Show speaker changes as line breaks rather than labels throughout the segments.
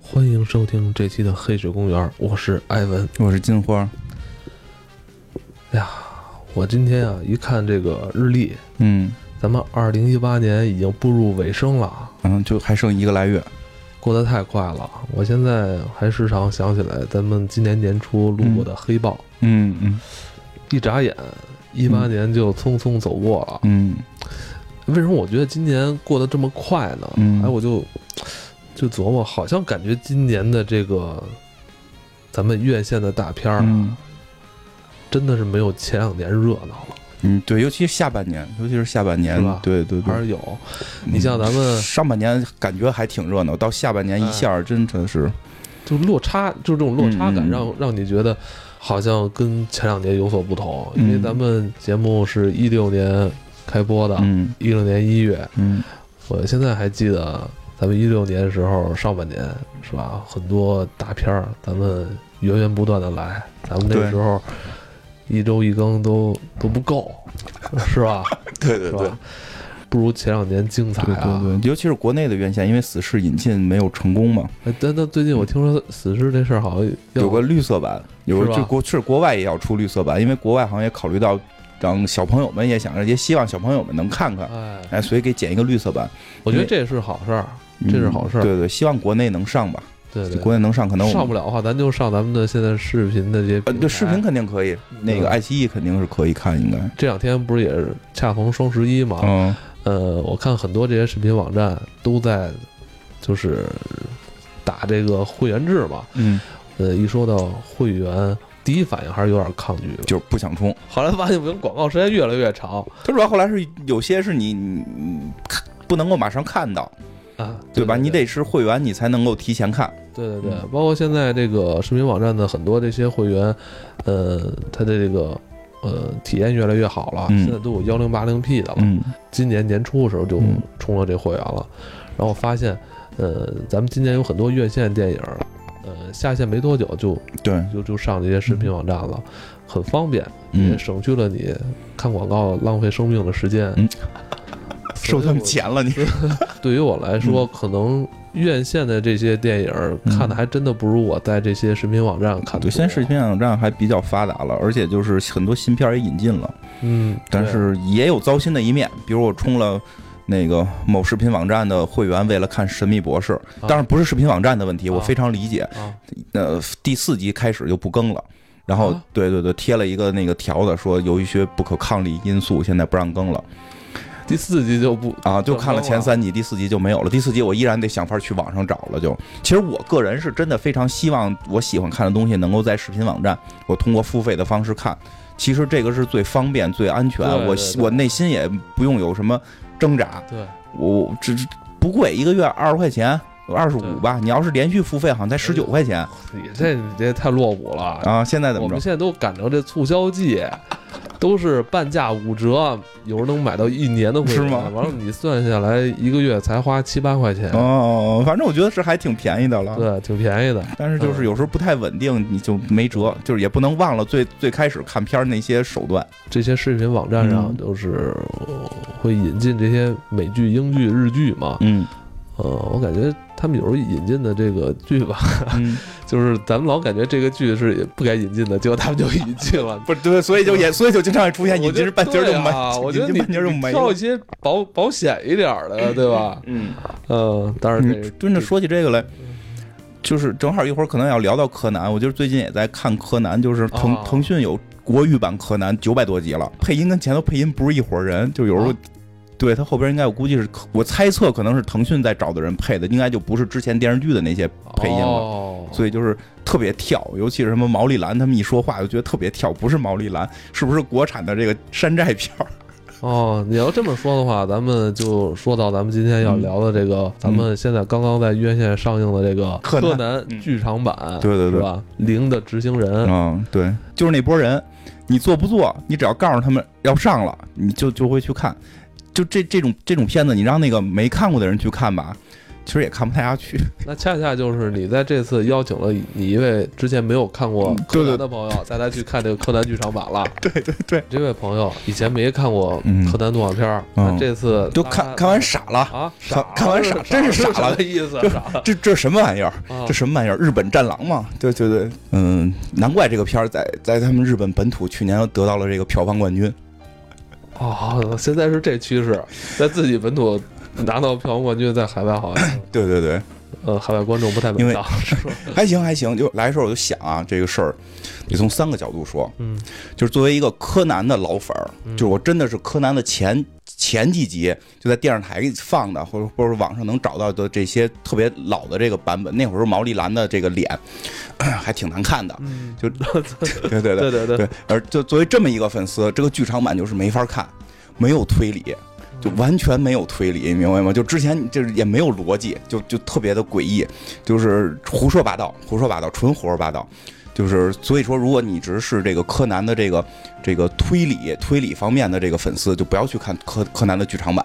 欢迎收听这期的《黑水公园》，我是艾文。
我是金花。
哎呀，我今天啊一看这个日历，
嗯
咱们二零一八年已经步入尾声了，
嗯，就还剩一个来月。
过得太快了。我现在还时常想起来咱们今年年初录过的黑豹，
嗯嗯
一眨眼一八年就匆匆走过了。
嗯
为什么我觉得今年过得这么快呢？
嗯
哎，我就就琢磨，好像感觉今年的这个咱们院线的大片儿啊、
嗯
真的是没有前两年热闹了，
嗯，对，尤其下半年，尤其是下半年
是吧，
对对
还
对。
是有。你像咱们
上半年感觉还挺热闹，到下半年一下儿真的是，
哎就落差，就这种落差感
嗯嗯嗯
让，让你觉得好像跟前两年有所不同。因为
嗯
咱们节目是一六年开播的，
嗯
一六年一月，
嗯
我现在还记得咱们一六年的时候上半年是吧，很多大片儿，咱们源源不断的来，咱们那
对
时候一周一更都都不 够，是吧？
对对
是吧？不如前两年精彩
对
啊！
对对，尤其是国内的院线，因为死侍引进没有成功嘛，
哎，但但最近我听说死侍这事儿好像要
有个绿色版，有
是
个
吧
这国是国外也要出绿色版，因为国外好像也考虑到让小朋友们也想着，也希望小朋友们能看看，
哎，
哎，所以给剪一个绿色版，
我觉得这是好事儿，
嗯
这是好事儿
对对，希望国内能上吧，
对对。
国内能上，可能我们
上不了的话，咱就上咱们的现在视频的这些
呃，
平台。
对，视频肯定可以，那
对
个爱奇艺肯定是可以看，应该。
这两天不是也是恰逢双十一嘛？
嗯，
呃，我看很多这些视频网站都在就是打这个会员制嘛。
嗯，
呃，一说到会员，第一反应还是有点抗拒。
就是不想充。
后来发现，我们广告时间越来越长
它主要后来是有些是你你你看不能够马上看到，
啊，
对吧？
对
你得是会员，你才能够提前看。
对对对，
嗯
包括现在这个视频网站的很多这些会员，呃，它的这个呃体验越来越好了，
嗯
现在都有幺零八零 P 的了。
嗯
今年年初的时候就
嗯
充了这会员了，然后发现，呃，咱们今年有很多院线电影，呃，下线没多久就
对，
就就上这些视频网站了，很方便，也
嗯，
省去了你看广告浪费生命的时间。
嗯
所
收
以
他们
我
钱了，你说？
对于我来说，可能院线的这些电影儿
嗯
看的还真的不如我在这些视频网站看的。
对，现在视，频网站还比较发达了，而且就是很多新片儿也引进了，
嗯，
但
对
是也有糟心的一面，比如我充了。那个某视频网站的会员为了看《神秘博士》，当然不是视频网站的问题，我
啊
非常理解。
啊，
呃，第四集开始就不更了。然后
啊，
对对对，贴了一个那个条子，说由于一些不可抗力因素，现在不让更了
第四集就不
啊。就
不让
看了
更
前
了
三集，第四集就没有了。第四集我依然得想法去网上找了。就其实我个人是真的非常希望我喜欢看的东西能够在视频网站，我通过付费的方式看。其实这个是最方便、最安全，
对对
我
对
我内心也不用有什么挣扎。
对，
我这这不贵，一个月二十块钱，二十
对
五吧。你要是连续付费，好像才十九块钱
你这你这太落伍了。
啊。现在怎
哎我
么着
们？现在都赶上这促销季，都是半价五折，有人能买到一年的会
是
员。
吗
完了，你算下来一个月才花七八块钱，
哦，反正我觉得是还挺便宜的了，
对，嗯挺便宜的。
但是就是有时候不太稳定，你就没辙，就是也不能忘了最最开始看片儿那些手段。
这些视频网站上
嗯
就是呃会引进这些美剧、英剧、日剧嘛。
嗯
呃，我感觉他们有时候引进的这个剧吧，
嗯，。
就是咱们老感觉这个剧是不该引进的，结果他们就引进了
不是对，所以就也所以就经常会出现，
我
你
觉
这
得
是半截儿就
对 啊，
没，
我觉得
你
你
半截儿就
你
没
挑一
了。
些保保险一点儿的，对吧？
嗯，
嗯，当然这
你真的说起这个来。就是正好一会儿可能要聊到柯南，我就是最近也在看柯南，就是腾、
哦
腾讯有国语版柯南九百多集了，配音跟前头配音不是一伙儿人，就有时候、
哦
对他后边应该我估计是我猜测可能是腾讯在找的人配的，应该就不是之前电视剧的那些配音了，
哦、
所以就是特别跳，尤其是什么毛利兰他们一说话就觉得特别跳，不是毛利兰，是不是国产的这个山寨片儿？
哦，你要这么说的话，咱们就说到咱们今天要聊的这个，咱们现在刚刚在院线上映的这个《
嗯柯南
柯南》剧场版，
对对
是
对
吧？零的执行人，
嗯，对，就是那波人，你做不做，你只要告诉他们要上了，你就就会去看。就这这种这种片子，你让那个没看过的人去看吧，其实也看不太下去。
那恰恰就是你在这次邀请了你一位之前没有看过柯南的朋友，带他去看这个柯南剧场版了。
嗯 对对对，
这位朋友以前没看过
嗯
柯南动画片儿，
嗯
那这次
都
拉
看看完傻了，
啊，傻
看完傻
了
真是傻了
的意 思，傻了。
这这什么玩意儿？
啊
这什么玩意儿？日本战狼嘛，对对对，嗯，难怪这个片儿在在他们日本本土去年又得到了这个票房冠军。
哦，现在是这趋势，在自己本土拿到票房冠军，在海外好像
对对对，
呃海外观众不太
因
买
为
账，是吧？
还行还行。就来的时候我就想啊，这个事儿得从三个角度说，
嗯
就是作为一个柯南的老粉儿，就是我真的是柯南的前前几集就在电视台放的，或者或者网上能找到的这些特别老的这个版本，那会儿毛利兰的这个脸 还挺 难看的。
嗯，
就
对
对对对
对对
对，而就作为这么一个粉丝，这个剧场版就是没法看，没有推理，就完全没有推理，你明白吗？就之前就是也没有逻辑，就就特别的诡异，就是胡说八道，胡说八道，纯胡说八道。就是所以说，如果你只是这个柯南的这个这个推理推理方面的这个粉丝，就不要去看柯柯南的剧场版。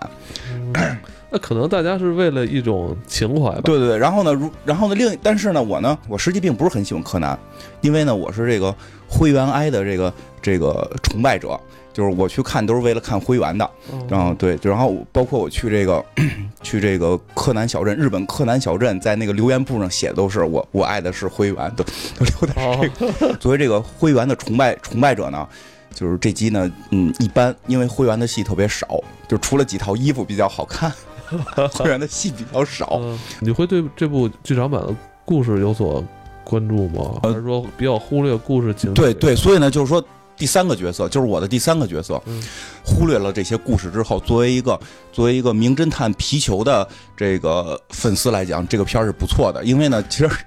那可能大家是为了一种情怀吧。
对对对，然后呢，如然后呢，另但是呢，我呢，我实际并不是很喜欢柯南，因为呢，我是这个灰原哀的这个这个崇拜者，就是我去看都是为了看灰原的。
嗯
然后对，然后包括我去这个 去这个柯南小镇，日本柯南小镇，在那个留言簿上写的都是我我爱的是灰原，都都留的
哦，
是。作为这个灰原的崇拜崇拜者呢。就是这集呢，嗯，一般，因为灰原的戏特别少，就除了几套衣服比较好看， 灰原的戏比较少。
嗯你会对这部剧场版的故事有所关注吗？还
呃
是说比较忽略故事情节？
对对，所以呢，就是说第三个角色，就是我的第三个角色，
嗯
忽略了这些故事之后，作为一个作为一个名侦探皮球的这个粉丝来讲，这个片儿是不错的，因为呢，其实。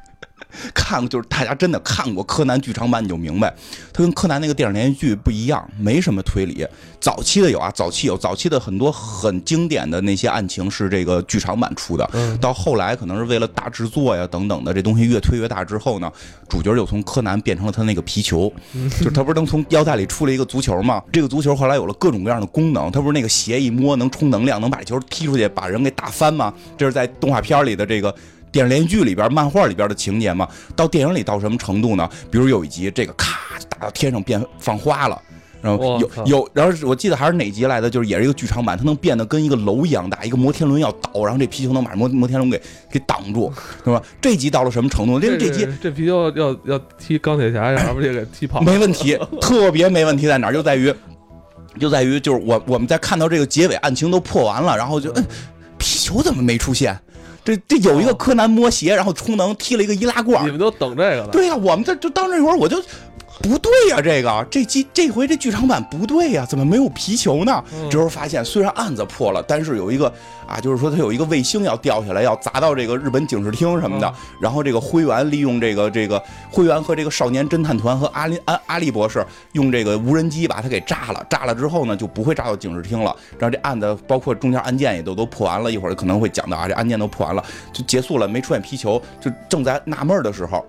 看就是大家真的看过柯南剧场版，你就明白，它跟柯南那个电视连续剧不一样，没什么推理。早期的有啊，早期有，早期的很多很经典的那些案情是这个剧场版出的，
嗯，
到后来可能是为了大制作呀等等的，这东西越推越大之后呢，主角就从柯南变成了他那个皮球，就是他不是能从腰带里出了一个足球吗？这个足球后来有了各种各样的功能，他不是那个鞋一摸能充能量，能把球踢出去，把人给打翻吗？这是在动画片里的这个。电视连续剧里边、漫画里边的情节嘛，到电影里到什么程度呢？比如有一集，这个咔就打到天上变放花了，然后
我
有
靠
有，然后是我记得还是哪集来的，就是也是一个剧场版，它能变得跟一个楼一样大，一个摩天轮要倒，然后这皮球能把摩摩天轮给给挡住，对吧？这集到了什么程度？因为这集
这这皮球要要踢钢铁侠， 要不就给踢跑了。
没问题，特别没问题在哪儿？就在于，就在于就是我我们在看到这个结尾案情都破完了，然后就嗯，皮球怎么没出现？这这有一个柯南摸鞋，然后充能踢了一个易拉罐
哦你，们都等这个呢？
嗯对呀、我们这就当这会儿我就 不对呀、这个这季这回这剧场版不对呀、怎么没有皮球呢？这时候发现虽然案子破了，但是有一个啊，就是说它有一个卫星要掉下来，要砸到这个日本警视厅什么的。
嗯
然后这个灰原利用这个这个灰原和这个少年侦探团和阿林阿阿笠博士用这个无人机把它给炸了，炸了之后呢就不会炸到警视厅了。然后这案子包括中间案件也都都破完了，一会儿可能会讲到啊，这案件都破完了，就结束了，没出现皮球，就正在纳闷儿的时候。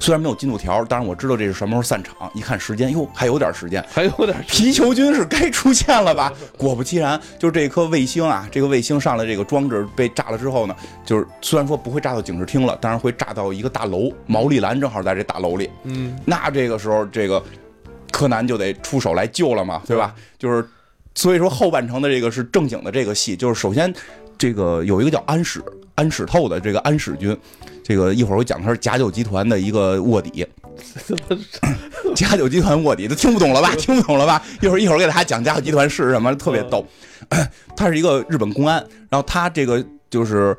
虽然没有进度条，但是我知道这是什么时候散场。一看时间，哟，还有点时间，
还有点
皮球菌是该出现了吧？果不其然，就是这颗卫星啊，这个卫星上来这个装置被炸了之后呢，就是虽然说不会炸到警视厅了，但是会炸到一个大楼，毛利兰正好在这大楼里。
嗯，
那这个时候，这个柯南就得出手来救了嘛，对吧？就是所以说后半程的这个是正经的这个戏，就是首先这个有一个叫安史安史透的这个安史君，这个一会儿我讲他是假酒集团的一个卧底，假酒集团卧底，都听不懂了吧？听不懂了吧？一会儿一会儿给大家讲假酒集团是什么，特别逗。 他是一个日本公安，然后他这个就是。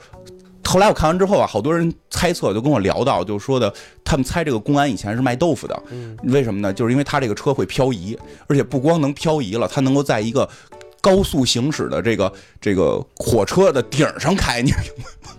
后来我看完之后啊，好多人猜测，就跟我聊到，就说的他们猜这个公安以前是卖豆腐的，
嗯
嗯为什么呢？就是因为他这个车会漂移，而且不光能漂移了，它能够在一个高速行驶的这个这个火车的顶上开，你明白吗？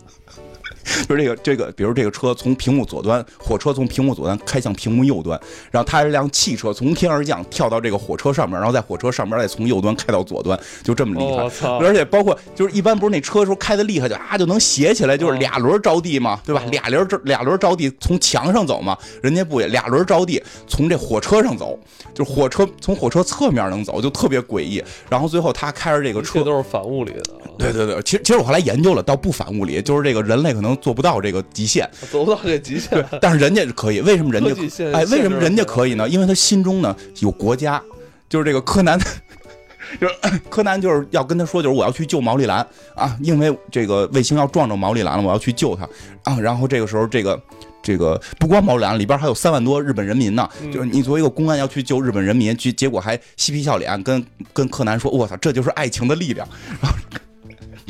就是这个这个，比如这个车从屏幕左端，火车从屏幕左端开向屏幕右端，然后它是辆汽车从天而降跳到这个火车上面，然后在火车上面再从右端开到左端，就
嗯
这么厉
哦
害。
我操！
而且包括就是一般不是那车时候开的厉害就啊就能斜起来，
哦
就是俩轮着地嘛，对吧？
嗯
俩轮着俩轮着地从墙上走嘛，人家不也俩轮着地从这火车上走，就是火车从火车侧面能走，就特别诡异。然后最后他开着这个车
这都是反物理的啊，
对对对，其实其实我后来研究了，倒不反物理，就是这个人类可能做不到这个 极限，
走不到这极限。
但是人家是可以。为什么人家
科技限
哎，为
限
什
制
么
了
人家
它
可以呢？因为他心中呢有国家，就是这个柯南，就是 柯南就是要跟他说，就是我要去救毛利兰啊，因为这个卫星要撞着毛利兰了，我要去救他啊。然后这个时候，这个这个不光毛利兰里边还有三万多日本人民呢，
嗯
就是你作为一个公安要去救日本人民，结结果还嬉皮笑脸跟跟柯南说，我操，这就是爱情的力量。 然后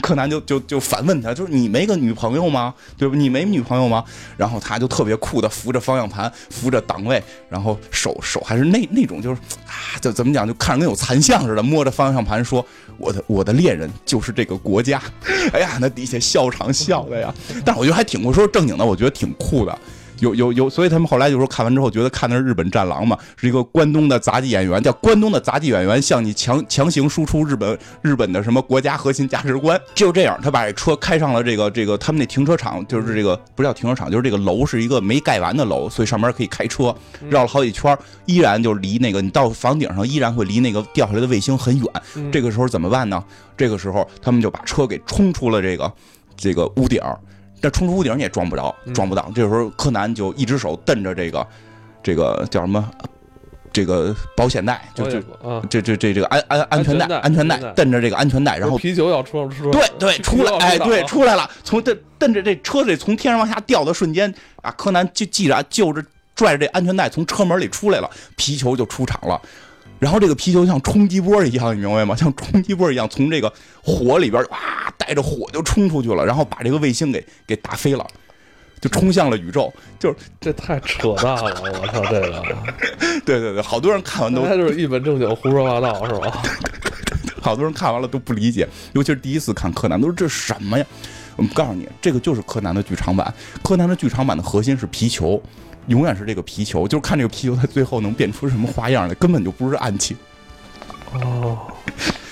柯南就就就反问他，就是你没个女朋友吗？对吧？你没女朋友吗？然后他就特别酷的扶着方向盘，扶着档位，然后手手还是那那种就是啊，就怎么讲，就看着跟有残像似的，摸着方向盘说：“我的我的恋人就是这个国家。”哎呀，那底下笑场笑的呀。但是我觉得还挺酷，说正经的，我觉得挺酷的。有有有，所以他们后来就说看完之后，觉得看的是日本战狼嘛，是一个关东的杂技演员，叫关东的杂技演员向你强强行输出日本日本的什么国家核心价值观，就这样，他把这车开上了这个这个他们那停车场，就是这个不叫停车场，就是这个楼是一个没盖完的楼，所以上面可以开车，绕了好几圈，依然就离那个你到房顶上依然会离那个掉下来的卫星很远，
嗯
这个时候怎么办呢？这个时候他们就把车给冲出了这个这个屋顶儿，但冲出屋顶儿你也撞不着，撞不到。这时候柯南就一只手蹬着这个这个叫什么这个保险带，就
我
就
也不啊，
这这这这个安安安全带安
安
全
全带
带
安全带
蹬着这个安全带，然后
啤酒要出出
对对，出来，哎，对，
出
出来了，从这蹬着这车子从天上往下掉的瞬间啊，柯南就记着啊就着拽着这安全带从车门里出来了，皮球就出场了。然后这个皮球像冲击波一样，你明白吗？像冲击波一样从这个火里边哇，带着火就冲出去了，然后把这个卫星给给打飞了，就冲向了宇宙。就是
这太扯淡了！我操，这 个
对对对，好多人看完都
那他就是一本正经胡说八道是 吧？
好多人看完了都不理解，尤其是第一次看柯南，都说这是什么呀？我们告诉你，这个就是柯南的剧场版。柯南的剧场版的核心是皮球，永远是这个皮球，就是看这个皮球它最后能变出什么花样来，根本就不是暗器。
哦，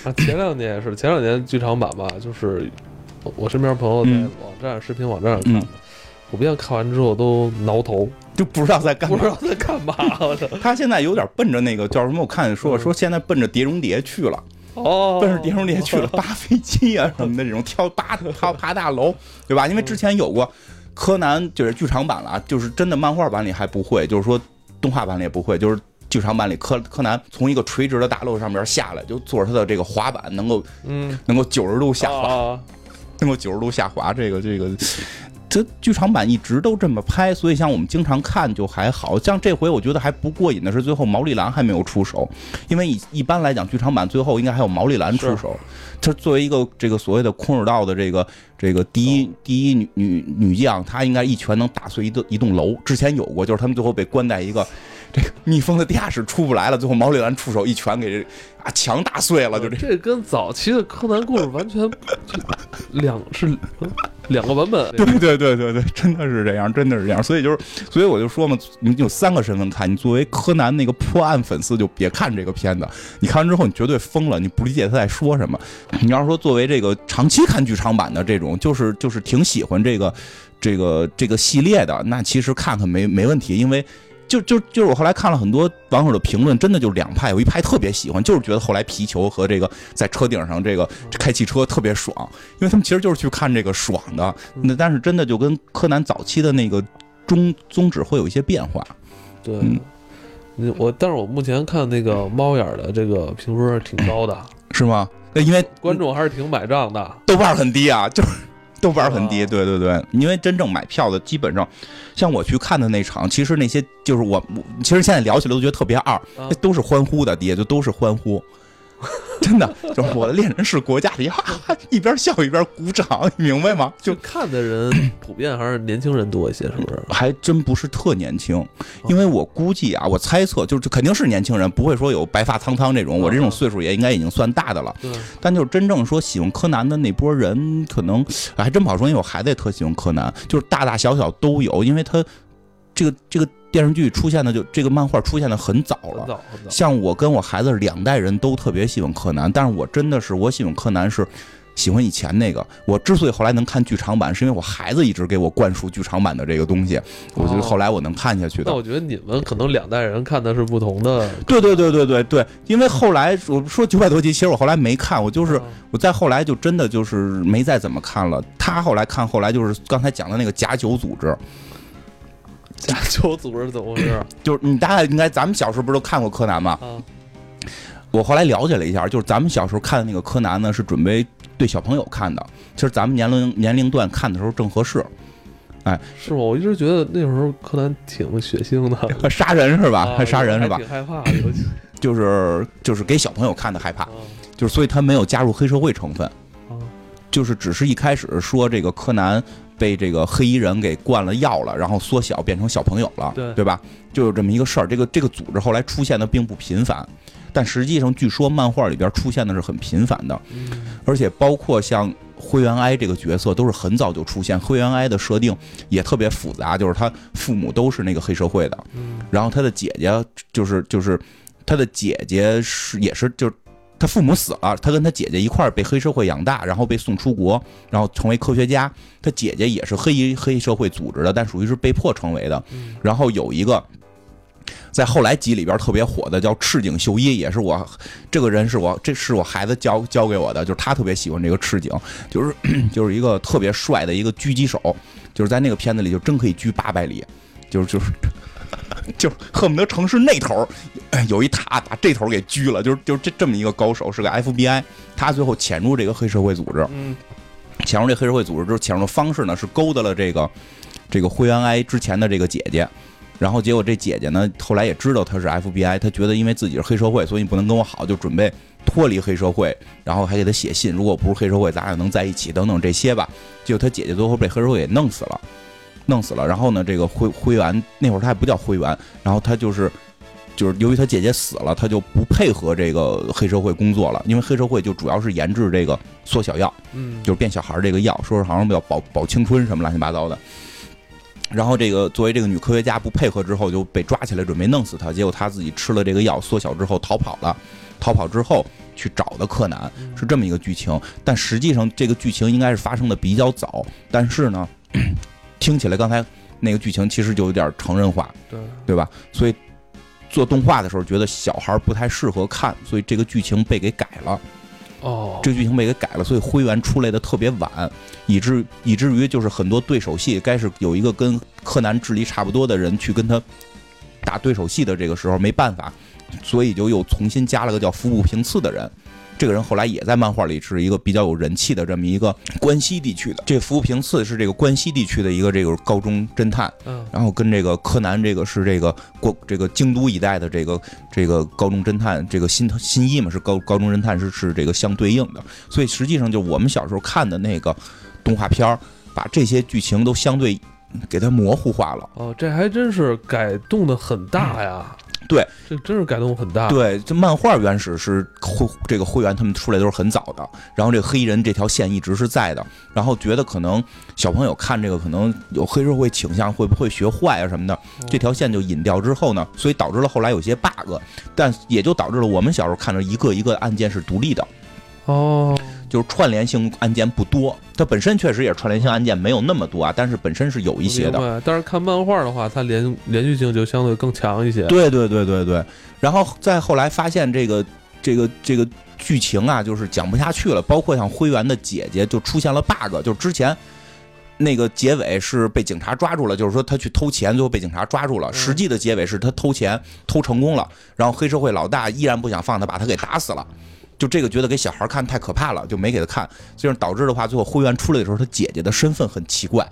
啊，前两年也是，前两年剧场版吧，就是我我身边朋友在
嗯
网站、视频网站上看，
嗯，
普遍看完之后都挠 头，
就不知道在干
不
嘛
知。道在干嘛。我操！
他现在有点奔着那个叫什么？我看说
嗯
说现在奔着碟中谍去了，
哦，
奔着碟中谍去了，扒飞机啊什么的这种，跳扒爬爬大楼，对吧？
嗯
因为之前有过柯南，就是剧场版了啊，就是真的漫画版里还不会，就是说动画版里也不会，就是剧场版里柯柯南从一个垂直的大楼上面下来，就坐着他的这个滑板，能够
嗯，
能够九十度下滑，
啊，
能够九十度下滑，这个这个。这剧场版一直都这么拍，所以像我们经常看就还好像这回我觉得还不过瘾的是，最后毛利兰还没有出手，因为一一般来讲剧场版最后应该还有毛利兰出手。她作为一个这个所谓的空手道的这个这个第一第一女女女将，她应该一拳能打碎一栋一栋楼。之前有过，就是他们最后被关在一个这个 密封的地下室出不来了，最后毛利兰出手一拳给这啊墙打碎了，就这
这跟早期的柯南故事完全就两是嗯两个版本。
对 对对对对，真的是这样，真的是这样。所以就是，所以我就说嘛，你有三个身份看。你作为柯南那个破案粉丝，就别看这个片子。你看完之后，你绝对疯了，你不理解他在说什么。你要是说作为这个长期看剧场版的这种，就是就是挺喜欢这个这个这个系列的，那其实看看没没问题，因为。就就就是我后来看了很多网友的评论，真的就两派，有一派特别喜欢，就是觉得后来皮球和这个在车顶上这个开汽车特别爽，因为他们其实就是去看这个爽的。那但是真的就跟柯南早期的那个宗宗旨会有一些变化。
对
嗯，
你我但是我目前看那个猫眼儿的这个评分儿挺高的，
是吗？那因为
观众还是挺买账的。
豆瓣儿很低啊， 就是豆瓣儿很低。
是吧
对对对，因为真正买票的基本上，像我去看的那场，其实那些就是我，我其实现在聊起来都觉得特别二，
啊
那都是欢呼的，也就都是欢呼。 真的就是我的恋人是国家的，哈哈，一边笑一边鼓掌，你明白吗？就
就嗯看的人普遍还是年轻人多一些，是不是？
还真不是特年轻，因为我估计啊，我猜测就是肯定是年轻人，不会说有白发苍苍这种，我这种岁数也应该已经算大的了。
对，
但就是真正说喜欢柯南的那波人，可能哎还真不好说，因为我孩子也特喜欢柯南，就是大大小小都有，因为他这个这个电视剧出现的就这个漫画出现的很早了
很。早很早。
像我跟我孩子两代人都特别喜欢柯南，但是我真的是我喜欢柯南是喜欢以前那个。我之所以后来能看剧场版，是因为我孩子一直给我灌输剧场版的这个东西，我觉得后来我能看下去的
那。我觉得你们可能两代人看的是不同的，
对对对对对对，因为后来我说九百多集，其实我后来没看，我就是我再后来就真的就是没再怎么看了。他后来看，后来就是刚才讲的那个假酒组织，
假球组织怎么回事？
就是你大概应该咱们小时候不是都看过柯南吗？
啊，
我后来了解了一下，就是咱们小时候看的那个柯南呢，是准备对小朋友看的。其实咱们年龄年龄段看的时候正合适，
是吗？我一直觉得那时候柯南挺血腥的，
呃杀人是吧？
啊
还 杀人是
还
吧？
挺害怕的，尤其
就是就是给小朋友看的害怕
啊，
就是所以他没有加入黑社会成分，
啊
就是只是一开始说这个柯南被这个黑衣人给灌了药了，然后缩小变成小朋友了，
对
对吧？就有这么一个事儿。这个这个组织后来出现的并不频繁，但实际上据说漫画里边出现的是很频繁的。
嗯
而且包括像灰原哀这个角色，都是很早就出现。灰原哀的设定也特别复杂，就是他父母都是那个黑社会的，
嗯
然后他的姐姐就是就是他的姐姐是也是就是。他父母死了，他跟他姐姐一块儿被黑社会养大，然后被送出国，然后成为科学家。他姐姐也是黑黑社会组织的，但属于是被迫成为的。
嗯
然后有一个在后来集里边特别火的叫赤井秀一，也是我这个人是我这是我孩子教教给我的，就是他特别喜欢这个赤井，就是 就是一个特别帅的一个狙击手，就是在那个片子里就真可以狙八百里，就是就是 就是恨不得城市那头哎有一塔把这头给狙了，就是就是这这么一个高手，是个 FBI，他最后潜入这个黑社会组织，
嗯，
潜入这黑社会组织之后，潜入的方式呢是勾搭了这个这个灰原哀之前的这个姐姐，然后结果这姐姐呢后来也知道她是 FBI，她觉得因为自己是黑社会，所以你不能跟我好，就准备脱离黑社会，然后还给她写信，如果不是黑社会，咱俩能在一起等等这些吧。结果她姐姐最后被黑社会给弄死了，弄死了。然后呢，这个灰灰原那会儿她还不叫灰原，然后她就是。就是由于她姐姐死了，她就不配合这个黑社会工作了，因为黑社会就主要是研制这个缩小药，
嗯，
就是变小孩儿这个药，说是好像要保保青春什么乱七八糟的。然后这个作为这个女科学家不配合之后就被抓起来，准备弄死她。结果她自己吃了这个药缩小之后逃跑了，逃跑之后去找的柯南
嗯
是这么一个剧情。但实际上这个剧情应该是发生的比较早，但是呢，听起来刚才那个剧情其实就有点成人化，
对，
对吧？所以做动画的时候觉得小孩儿不太适合看，所以这个剧情被给改了。
哦，
这个剧情被给改了，所以灰原出来的特别晚，以至以至于就是很多对手戏，该是有一个跟柯南智力差不多的人去跟他打对手戏的这个时候没办法，所以就又重新加了个叫服部平次的人。这个人后来也在漫画里是一个比较有人气的这么一个关西地区的，这服部平次是这个关西地区的一个这个高中侦探，
嗯
然后跟这个柯南这个是这个过这个京都一带的这个这个高中侦探这个新新一嘛是高高中侦探是是这个相对应的，所以实际上就我们小时候看的那个动画片儿，把这些剧情都相对给它模糊化了。
哦，这还真是改动的很大呀。
嗯对，
这真是改动很大。，
对，这漫画原始是会这个会员他们出来都是很早的，然后这个黑衣人这条线一直是在的，然后觉得可能小朋友看这个可能有黑社会倾向，会不会学坏啊什么的，这条线就引掉之后呢，所以导致了后来有些 bug，但也就导致了我们小时候看着一个一个案件是独立的，
哦，
就是串联性案件不多。它本身确实也是串联性案件没有那么多啊，但是本身是有一些的。
的。但是看漫画的话，它连连续性就相对更强一些。
对对对对对。然后再后来发现这个这个这个剧情啊，就是讲不下去了。包括像灰原的姐姐就出现了 bug，就是之前。那个结尾是被警察抓住了，就是说他去偷钱，最后被警察抓住了。实际的结尾是他偷钱偷成功了，然后黑社会老大依然不想放他，把他给打死了。就这个觉得给小孩看太可怕了，就没给他看。这样导致的话，最后灰原出来的时候，他姐姐的身份很奇怪，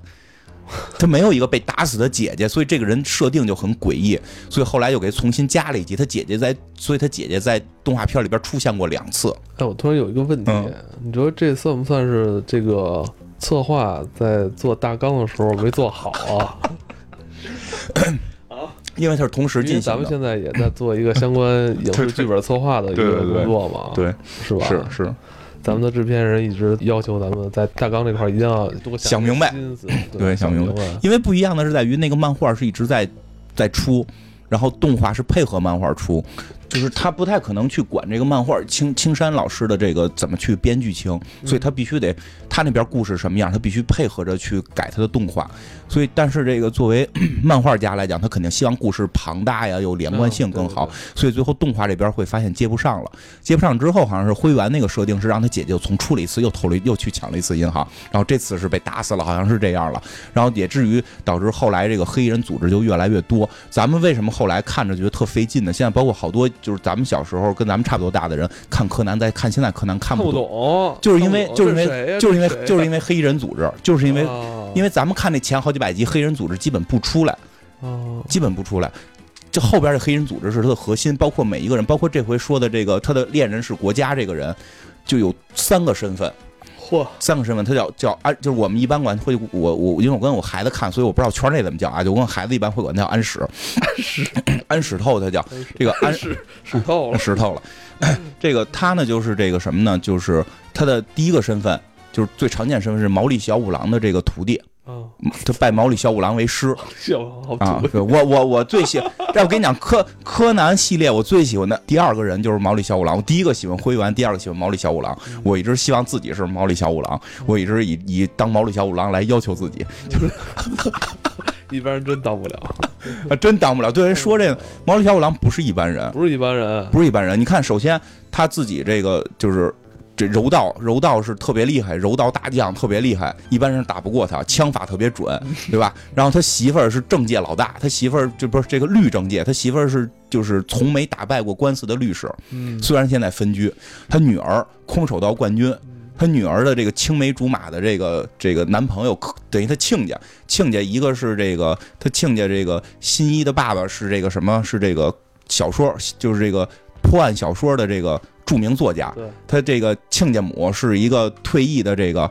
他没有一个被打死的姐姐，所以这个人设定就很诡异，所以后来又给重新加了一集。他姐姐在，所以他姐姐在动画片里边出现过两次。
哎，我突然有一个问题，
嗯
你说这算不算是这个策划在做大纲的时候没做好啊？
因 为它是同时
因为
进
咱
行
们
的，
现在也在做一个相关影视剧本策划的一
对
个
对对
工作嘛，
对，
是吧？
是是，
咱们的制片人一直要求咱们在大纲这块儿一定要多
想明白
心思，
对想
想
明白
白。
因为不一样的是在于那个漫画是一直在在出，然后动画是配合漫画出，就是他不太可能去管这个漫画青青山老师的这个怎么去编剧情，所以他必须得他那边故事什么样，他必须配合着去改他的动画。所以，但是这个作为 漫画家来讲，他肯定希望故事庞大呀，有连贯性更好
嗯。
所以最后动画这边会发现接不上了，接不上之后，好像是灰原那个设定是让他姐姐又重出了一次，又偷了又去抢了一次银行，然后这次是被打死了，好像是这样了。然后也至于导致后来这个黑衣人组织就越来越多。咱们为什么后来看着觉得特费劲呢？现在包括好多就是咱们小时候跟咱们差不多大的人看柯南，在看现在柯南看
看不
不懂，
懂，
就是因为
看不懂
就是
这
因
谁呀
为就是因为
这谁
就是因为黑衣人组织，就是因为
啊
因为咱们看那前好几百集，黑人组织基本不出来，
哦
基本不出来。这后边的黑人组织是它的核心，包括每一个人，包括这回说的这个他的恋人是国家这个人，就有三个身份，
嚯，
三个身份，他叫叫安，就是我们一般管会我我，因为我跟我孩子看，所以我不知道圈内怎么叫啊，就我跟孩子一般会管他叫安史， 安史安史透，他叫这个安
是是透了，
石头了。这个他呢，就是这个什么呢？就是他的第一个身份，就是最常见身份是毛利小五郎的这个徒弟，
啊，
他拜毛利小五郎为师。
笑好
啊
土，
是我我我最喜，但我跟你讲，柯柯南系列我最喜欢的第二个人就是毛利小五郎。我第一个喜欢灰原，第二个喜欢毛利小五郎。我一直希望自己是毛利小五郎，我一直以以当毛利小五郎来要求自己，
一般人真当不了，
啊，真当不了。对人说这个毛利小五郎不是一般人，
不是一般人。
不是一般人。你看，首先他自己这个就是。这柔道，柔道是特别厉害，柔道大将特别厉害，一般人打不过他，枪法特别准，对吧？然后他媳妇儿是政界老大，他媳妇儿这不是这个律政界，他媳妇儿是就是从没打败过官司的律师，
嗯，
虽然现在分居，他女儿空手道冠军，
嗯
他女儿的这个青梅竹马的这个这个男朋友，可等于他亲家，亲家一个是这个他亲家这个新一的爸爸是这个什么是这个小说，就是这个破案小说的这个著名作家
对，
他这个亲家母是一个退役的这个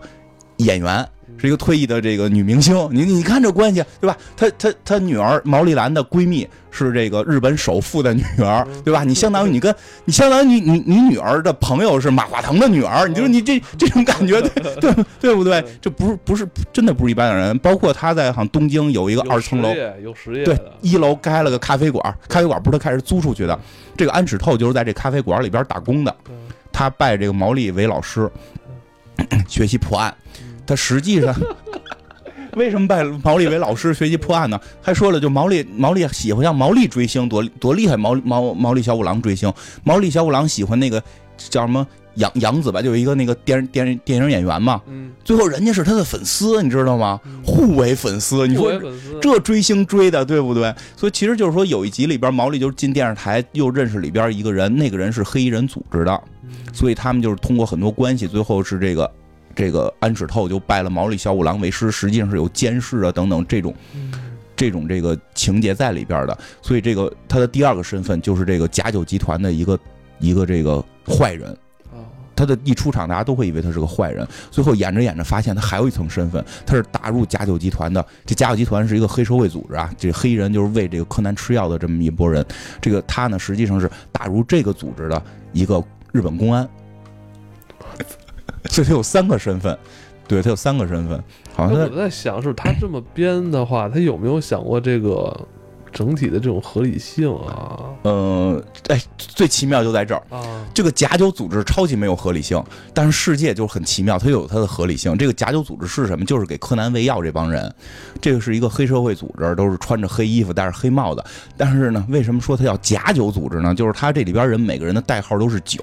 演员。是一个退役的这个女明星，你你看这关系对吧？她她她女儿毛利兰的闺蜜是这个日本首富的女儿，
嗯
对吧？你相当于你跟你相当于你你你女儿的朋友是马化腾的女儿，
嗯
你就说你这这种感觉，对对对不对？这不是不是真的不是一般的人，包括他在好像东京有一个
有
二层楼
实，业有实业
对
的，，
一楼开了个咖啡馆，咖啡馆不是他开始租出去的，这个安史透就是在这咖啡馆里边打工的，
嗯
他拜这个毛利为老师， 学习破案。
嗯
他实 际上为什么拜毛利为老师学习破案呢？还说了，就毛利毛利喜欢像毛利追星多多厉害，毛毛毛利小五郎追星，毛利小五郎喜欢那个叫什么杨杨子吧，就有一个那个电电电影演员嘛。
嗯，
最后人家是他的粉丝，你知道吗？互为粉丝，你
作
说
嗯为粉丝，
这追星追的，对不对？所以其实就是说，有一集里边毛利就是进电视台，又认识里边一个人，那个人是黑衣人组织的，
嗯
所以他们就是通过很多关系，最后是这个这个安史透就拜了毛利小五郎为师，实际上是有监视啊等等这种
嗯
这种这个情节在里边的。所以这个他的第二个身份就是这个假酒集团的一个一个这个坏人。
啊
他的一出场，大家都会以为他是个坏人。最后演着演着，发现他还有一层身份，他是打入假酒集团的。这假酒集团是一个黑社会组织啊，这黑衣人就是喂这个柯南吃药的这么一拨人。这个他呢，实际上是打入这个组织的一个日本公安，所以他有三个身份。对他有三个身份，好像
那我
他
在想，是他这么编的话，他有没有想过这个整体的这种合理性啊？
呃，哎，最奇妙就在这儿。
啊，
这个假酒组织超级没有合理性，但是世界就是很奇妙，它有它的合理性。这个假酒组织是什么？就是给柯南喂药这帮人，这个是一个黑社会组织，都是穿着黑衣服，戴着黑帽子。但是呢，为什么说它叫假酒组织呢？就是它这里边人每个人的代号都是酒，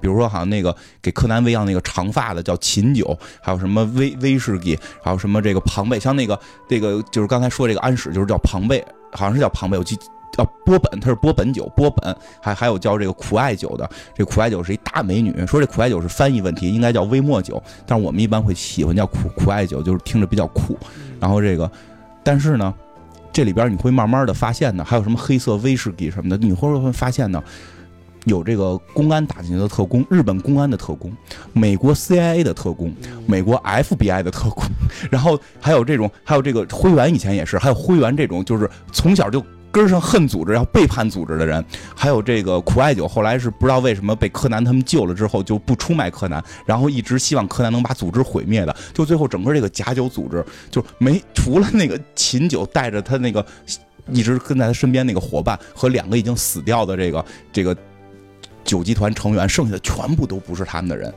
比如说好像那个给柯南喂药那个长发的叫琴酒，还有什么威威士忌，还有什么这个庞贝，像那个这个就是刚才说这个安史就是叫庞贝，好像是叫庞贝，我记。叫波本，它是波本酒，波本还还有叫这个苦艾酒的，这苦艾酒是一大美女，说这苦艾酒是翻译问题，应该叫微末酒，但是我们一般会喜欢叫苦苦艾酒，就是听着比较酷。然后这个但是呢，这里边你会慢慢的发现呢，还有什么黑色威士忌什么的，你会会发现呢，有这个公安打进去的特工，日本公安的特工，美国 CIA 的特工，
嗯
美国 FBI 的特工， 然后还有这种，还有这个灰原以前也是，还有灰原这种就是从小就。根儿上恨组织，然后背叛组织的人，还有这个苦艾酒，后来是不知道为什么被柯南他们救了之后就不出卖柯南，然后一直希望柯南能把组织毁灭的，就最后整个这个假酒组织就没除了那个秦九带着他那个一直跟在他身边那个伙伴和两个已经死掉的这个这个九集团成员，剩下的全部都不是他们的人。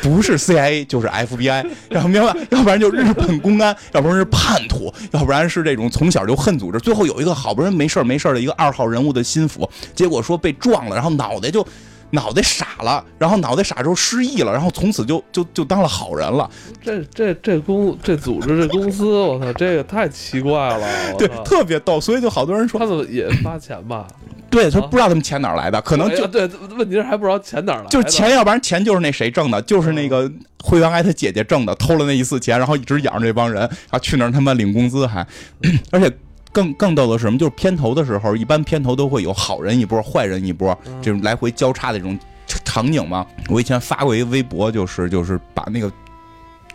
不是 CIA 就是 FBI，然后明白？要不然就日本公安，要不然是叛徒，要不然是这种从小就恨组织。最后有一个好不容易没事儿没事儿的一个二号人物的心腹，结果说被撞了，然后脑袋就脑袋傻了，然后脑袋傻之后失忆了，然后从此就就就当了好人了。
这这这公这组织这公司，我操，这个太奇怪了。我
对，
操
特别逗。所以就好多人说，
他怎么也发钱吧？
对他哦
啊
不知道他们钱哪儿来的，可能
哎
就
呀对，问题是还不知道钱哪儿来的，
就是钱，要不然钱就是那谁挣的，就是那个会员爱他姐姐挣的，偷了那一次钱，然后一直养着这帮人，然后去那儿他妈领工资还， 而且更更逗的是什么？就是片头的时候，一般片头都会有好人一波，坏人一波，这种来回交叉的这种场景嘛。我以前发过一个微博，就是就是把那个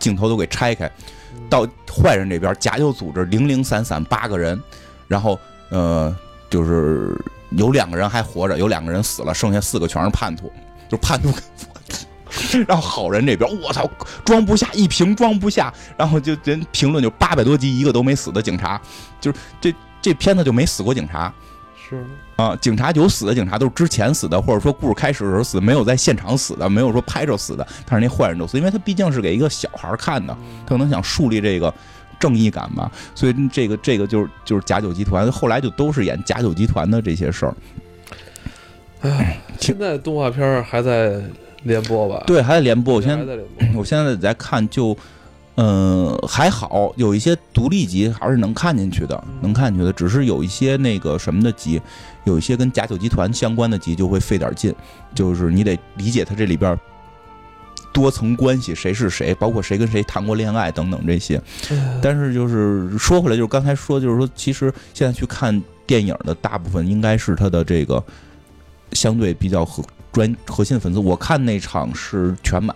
镜头都给拆开，到坏人这边，假酒组织零零散散八个人，然后呃，就是有两个人还活着，有两个人死了，剩下四个全是叛徒，就叛徒。然后好人这边，我操，装不下一瓶装不下，然后就人评论就八百多集一个都没死的警察，就是这这片子就没死过警察
是
啊，警察有死的警察都是之前死的，或者说故事开始的时候死，没有在现场死的，没有说拍着死的，但是那坏人就死，因为他毕竟是给一个小孩看的，
嗯
他可能想树立这个正义感吧，所以这个这个就是就是假酒集团，后来就都是演假酒集团的这些事儿。
现在动画片儿还在连播吧？，
对，还在联播，我
我
现在
还在连播。
我现在在看就，呃，还好有一些独立集还是能看进去的，能看进去的，只是有一些那个什么的集，有一些跟假酒集团相关的集就会费点劲，就是你得理解它这里边儿多层关系，谁是谁，包括谁跟谁谈过恋爱等等这些。但是就是说回来，就是刚才说，就是说，其实现在去看电影的大部分应该是它的这个相对比较核专核心粉丝，我看那场是全满。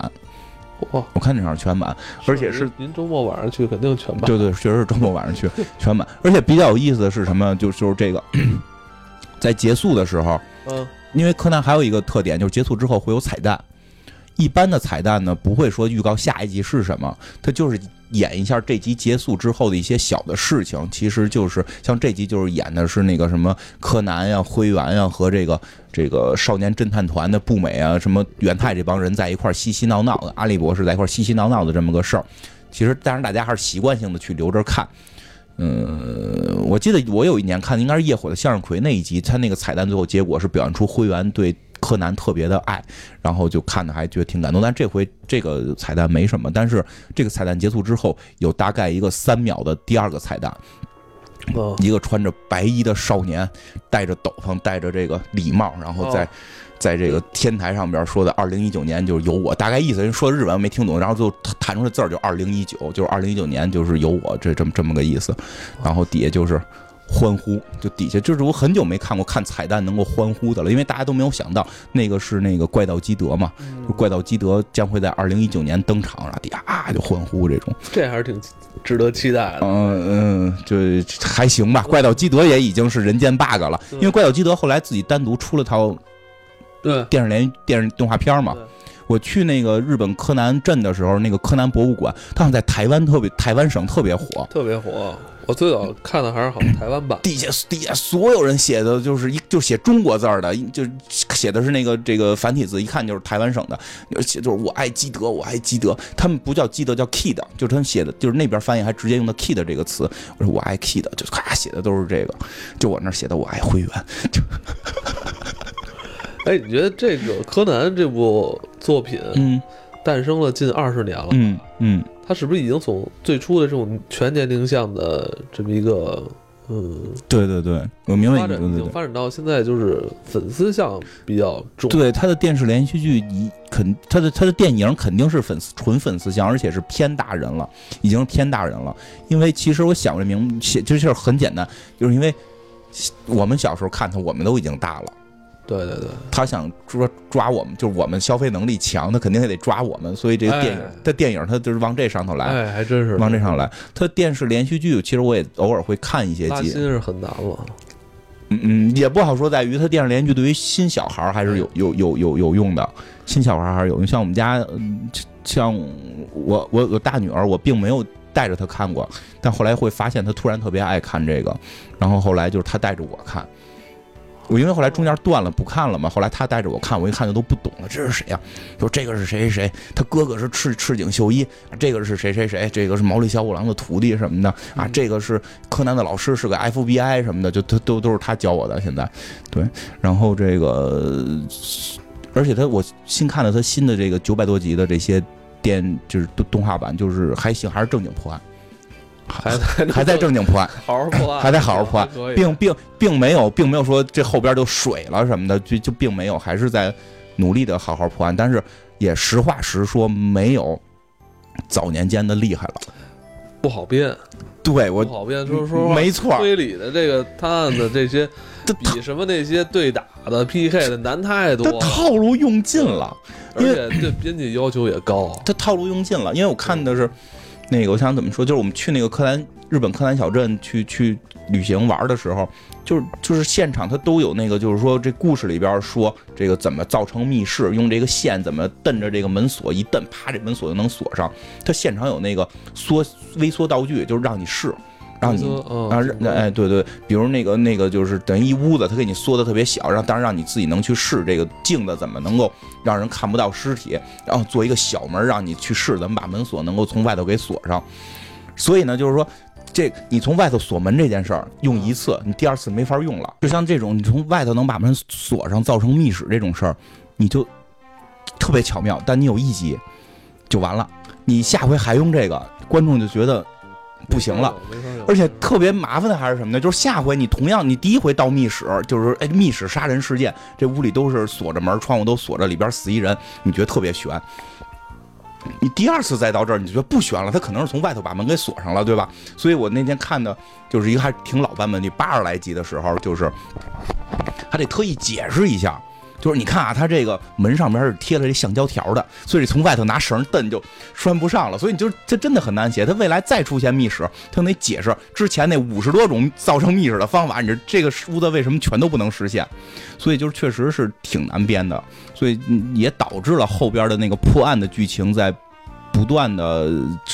哇，
我看这场全满，而且是
您您周末晚上去肯定全吧？
对对，确实是周末晚上去全满。而且比较有意思的是什么？就就是这个， 在结束的时候，
嗯，
因为柯南还有一个特点，就是结束之后会有彩蛋。一般的彩蛋呢，不会说预告下一集是什么，它就是演一下这集结束之后的一些小的事情。其实就是像这集就是演的是那个什么柯南呀、灰原呀和这个这个少年侦探团的步美啊、什么元太这帮人在一块儿嬉嬉闹闹的，阿笠博士在一块儿嬉嬉闹闹的这么个事儿。其实，当然大家还是习惯性的去留着看。嗯，我记得我有一年看的应该是《夜火的向日葵》那一集，他那个彩蛋最后结果是表现出灰原对柯南特别的爱，然后就看的还觉得挺感动。但这回这个彩蛋没什么，但是这个彩蛋结束之后有大概一个三秒的第二个彩蛋，
嗯
一个穿着白衣的少年，戴着斗篷，戴着这个礼帽，然后在、
哦
在这个天台上边说的“二零一九年就是有我”，大概意思人说日文我没听懂，然后就弹出来字儿就“二零一九”，就是二零一九年就是有我这这么这么个意思，然后底下就是。欢呼，就底下就是我很久没看过看彩蛋能够欢呼的了，因为大家都没有想到那个是那个怪盗基德嘛，就
嗯
怪盗基德将会在二零一九年登场，然后底下啊就欢呼这种。
这还是挺值得期待的。
嗯嗯，就还行吧。怪盗基德也已经是人间 bug 了，因为怪盗基德后来自己单独出了套
对，
电视连电视动画片嘛
对。
我去那个日本柯南镇的时候，那个柯南博物馆，它好像在台湾特别台湾省特别火。
特别火。我最早看的还是好像台湾版，
底下底下所有人写的就是一就写中国字儿的，一就写的是那个这个繁体字，一看就是台湾省的，写就是我爱基德，我爱基德，他们不叫基德，叫 kid，就是他们写的，就是那边翻译还直接用的 kid 这个词，我说我爱 kid，就咔写的都是这个，就我那儿写的我爱灰原，
哎，你觉得这个柯南这部作品
嗯
诞生了近二十年了，
嗯嗯，
它是不是已经从最初的这种全年龄向的这么一个
嗯，
对对对，我明白
发
你
展
对
已
对
经
对。
发展到现在就是粉丝向比较重，
对他的电视连续剧，你肯他的他的电影肯定是粉丝纯粉丝向，而且是偏大人了，已经是偏大人了。因为其实我想不明，其这事儿很简单，就是因为我们小时候看他，我们都已经大了，
对对对，
他想抓抓我们，就是我们消费能力强，他肯定也得抓我们，所以这个电影，
哎
他电影他就是往这上头来，
哎，还真是
往这上来。他电视连续剧，其实我也偶尔会看一些
拉新
集，
是很难了，
嗯嗯，也不好说，在于他电视连续剧对于新小孩儿还是有有有有有用的，新小孩儿还是有用。像我们家，嗯，像我我我大女儿，我并没有带着她看过，但后来会发现她突然特别爱看这个，然后后来就是她带着我看。我因为后来中间断了不看了嘛，后来她带着我看，我一看就都不懂了，这是谁呀、说这个是谁谁谁，他哥哥是赤赤井秀一，这个是谁谁谁，这个是毛利小五郎的徒弟什么的啊，这个是柯南的老师是个 FBI 什么的，就都都都是他教我的。现在，对，然后这个，而且他我新看了他新的这个九百多集的这些电就是动动画版，就是还行，还是正经破案，
还在
还在正经破案，
好好破案，
还在好好破案
可以，
并并并没有，并没有说这后边就水了什么的，就就并没有，还是在努力的好好破案，但是也实话实说，没有早年间的厉害了。
不好编，
对
不
我，
好编。说说实话
没错，
推理的这个探案的这些，
他他
比什么那些对打的 PK 的难太多
他
了，
套路用尽了，
而且对编辑要求也高。
他套路用尽了，因为我看的是。那个我想怎么说，就是我们去那个柯南日本柯南小镇去去旅行玩的时候，就是就是现场它都有那个，就是说这故事里边说这个怎么造成密室，用这个线怎么蹬着这个门锁一蹬，啪这门锁就能锁上。它现场有那个缩微缩道具，就是让你试， 让你
哦
嗯，
啊，让哎，对对，比如那个那个就是等于一屋子，他给你缩的特别小，让当然让你自己能去试这个镜子怎么能够让人看不到尸体，然后做一个小门让你去试怎么把门锁能够从外头给锁上。所以呢，就是说。这你从外头锁门这件事儿用一次，你第二次没法用了。就像这种你从外头能把门锁上造成密室这种事儿，你就特别巧妙，但你有一集就完了。你下回还用这个，观众就觉得不行了。
没法聊，
而且特别麻烦的还是什么呢？就是下回你同样，你第一回到密室，就是哎，密室杀人事件，这屋里都是锁着门，窗户都锁着，里边死一人，你觉得特别悬。你第二次再到这儿，你就觉得不悬了，他可能是从外头把门给锁上了，对吧？所以我那天看的就是一个还挺老版本的八十来集的时候，就是还得特意解释一下。就是你看啊，它这个门上边是贴了这橡胶条的，所以从外头拿绳蹬就拴不上了，所以你就这真的很难写。它未来再出现密室，它就得解释之前那五十多种造成密室的方法，你这这个屋子为什么全都不能实现？所以就是确实是挺难编的，所以嗯也导致了后边的那个破案的剧情在不断的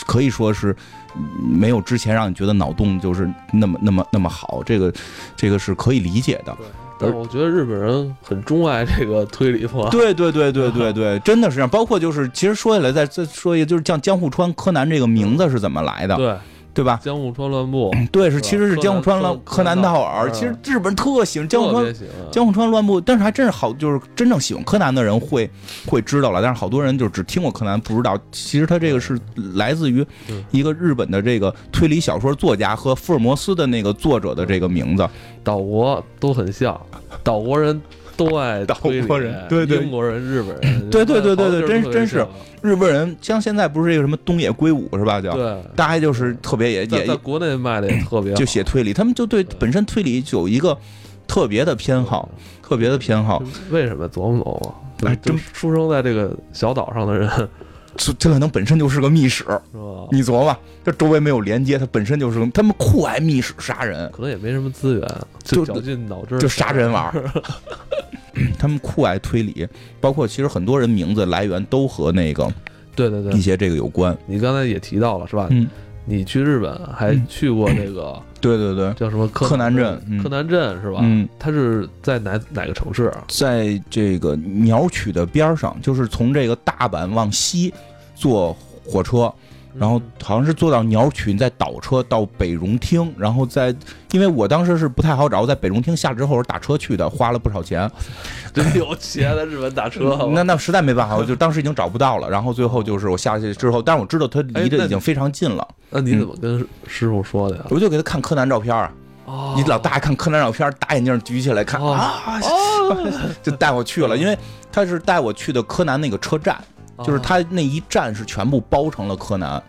可以说是嗯没有之前让你觉得脑洞就是那么那么那么好，这个这个是可以理解的。
但是我觉得日本人很钟爱这个推理破案，
对对对对对对，真的是这样。包括就是，其实说起来，再再说一个，就是像江户川柯南这个名字是怎么来的，
对，
对吧？
江户川乱步，
对，是
是吧
其实是江户川
柯南
乱柯南道尔。
嗯
其实日本人特喜欢江户
特
川
别喜欢。
江户川乱步，但是还真是好，就是真正喜欢柯南的人会会知道了。但是好多人就只听过柯南，不知道其实他这个是来自于
嗯
一个日本的这个推理小说作家和福尔摩斯的那个作者的这个名字。
岛国都很像，岛国人都爱
岛国人
推理
对对
英国人、日本人，
对对对对对
好多地儿
真
特别
真是
像
日本人像现在不是这个什么东野圭吾是吧？叫
对。
大概就是特别也
在
也
在国内卖的也特别好，
就写推理，他们就对
对嗯
本身推理有一个特别的偏好，特别的偏好，
为什么琢磨琢磨？
哎
就
真
出生在这个小岛上的人是
这这可能本身就是个密室，
吧？
你琢磨，这周围没有连接，它本身就是个他们酷爱密室杀人，
可能也没什么资源，啊
就
就绞尽脑汁儿
就杀人玩儿，他们酷爱推理，包括其实很多人名字来源都和那个
对对对
一，些这个有关，
你刚才也提到了是吧？
嗯，
你去日本还
嗯
去过这个
对对对，
叫什么柯
柯南镇嗯
柯南镇是吧？
嗯。
它是在哪哪个城市啊？
在这个鸟取的边儿上，就是从这个大阪往西坐火车，然后好像是坐到鸟取，再倒车到北荣町，然后再，因为我当时是不太好找，我在北荣町下之后是打车去的，花了不少钱。
真有钱在日本打车啊好吧
嗯那那实在没办法，我就当时已经找不到了。然后最后就是我下去之后，但是我知道它离
哎那
得
你
已经非常近了，
那你怎么跟师傅说的呀？
我就给他看柯南照片啊，
哦
你老大看柯南照片，大眼镜举起来看
哦
啊，
哦
就带我去了，因为他是带我去的柯南那个车站，就是他那一站是全部包成了柯南，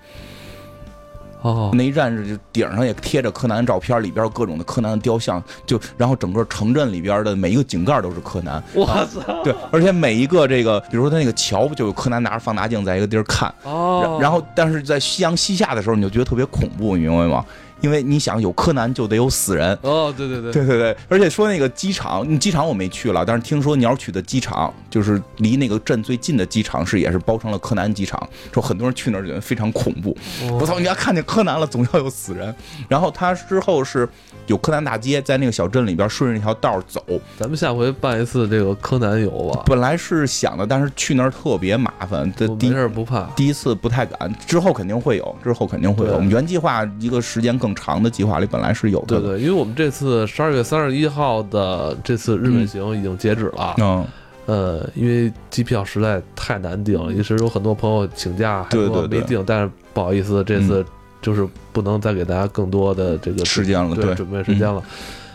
哦
那一站是就顶上也贴着柯南的照片，里边有各种的柯南的雕像，就然后整个城镇里边的每一个井盖都是柯南，
我操
对，而且每一个这个，比如说他那个桥，就有柯南拿着放大镜在一个地儿看，
哦
然然后但是在夕阳西下的时候，你就觉得特别恐怖，你明白吗？因为你想有柯南就得有死人，
哦对对对
对对对，而且说那个机场，嗯机场我没去了，但是听说鸟取的机场就是离那个镇最近的机场是也是包成了柯南机场，说很多人去那儿觉得非常恐怖。
哦
哦
我操，你要看见柯南了，总要有死人。然后他之后是有柯南大街，在那个小镇里边顺着那条道儿走，
咱们下回办一次这个柯南游吧，
本来是想的，但是去那儿特别麻烦。这
我
第
没事不怕。
第一次不太敢，之后肯定会有，之后肯定会有。
对
我们原计划一个时间更长的计划里本来是有
对
的，
对，因为我们这次十二月三十一号的这次日本行已经截止了，
嗯，
呃，因为机票实在太难订了，也是有很多朋友请假还
嗯
说
对对对嗯
没订，但是不好意思，这次就是不能再给大家更多的这个
时间了，
对
对，
准备时间了，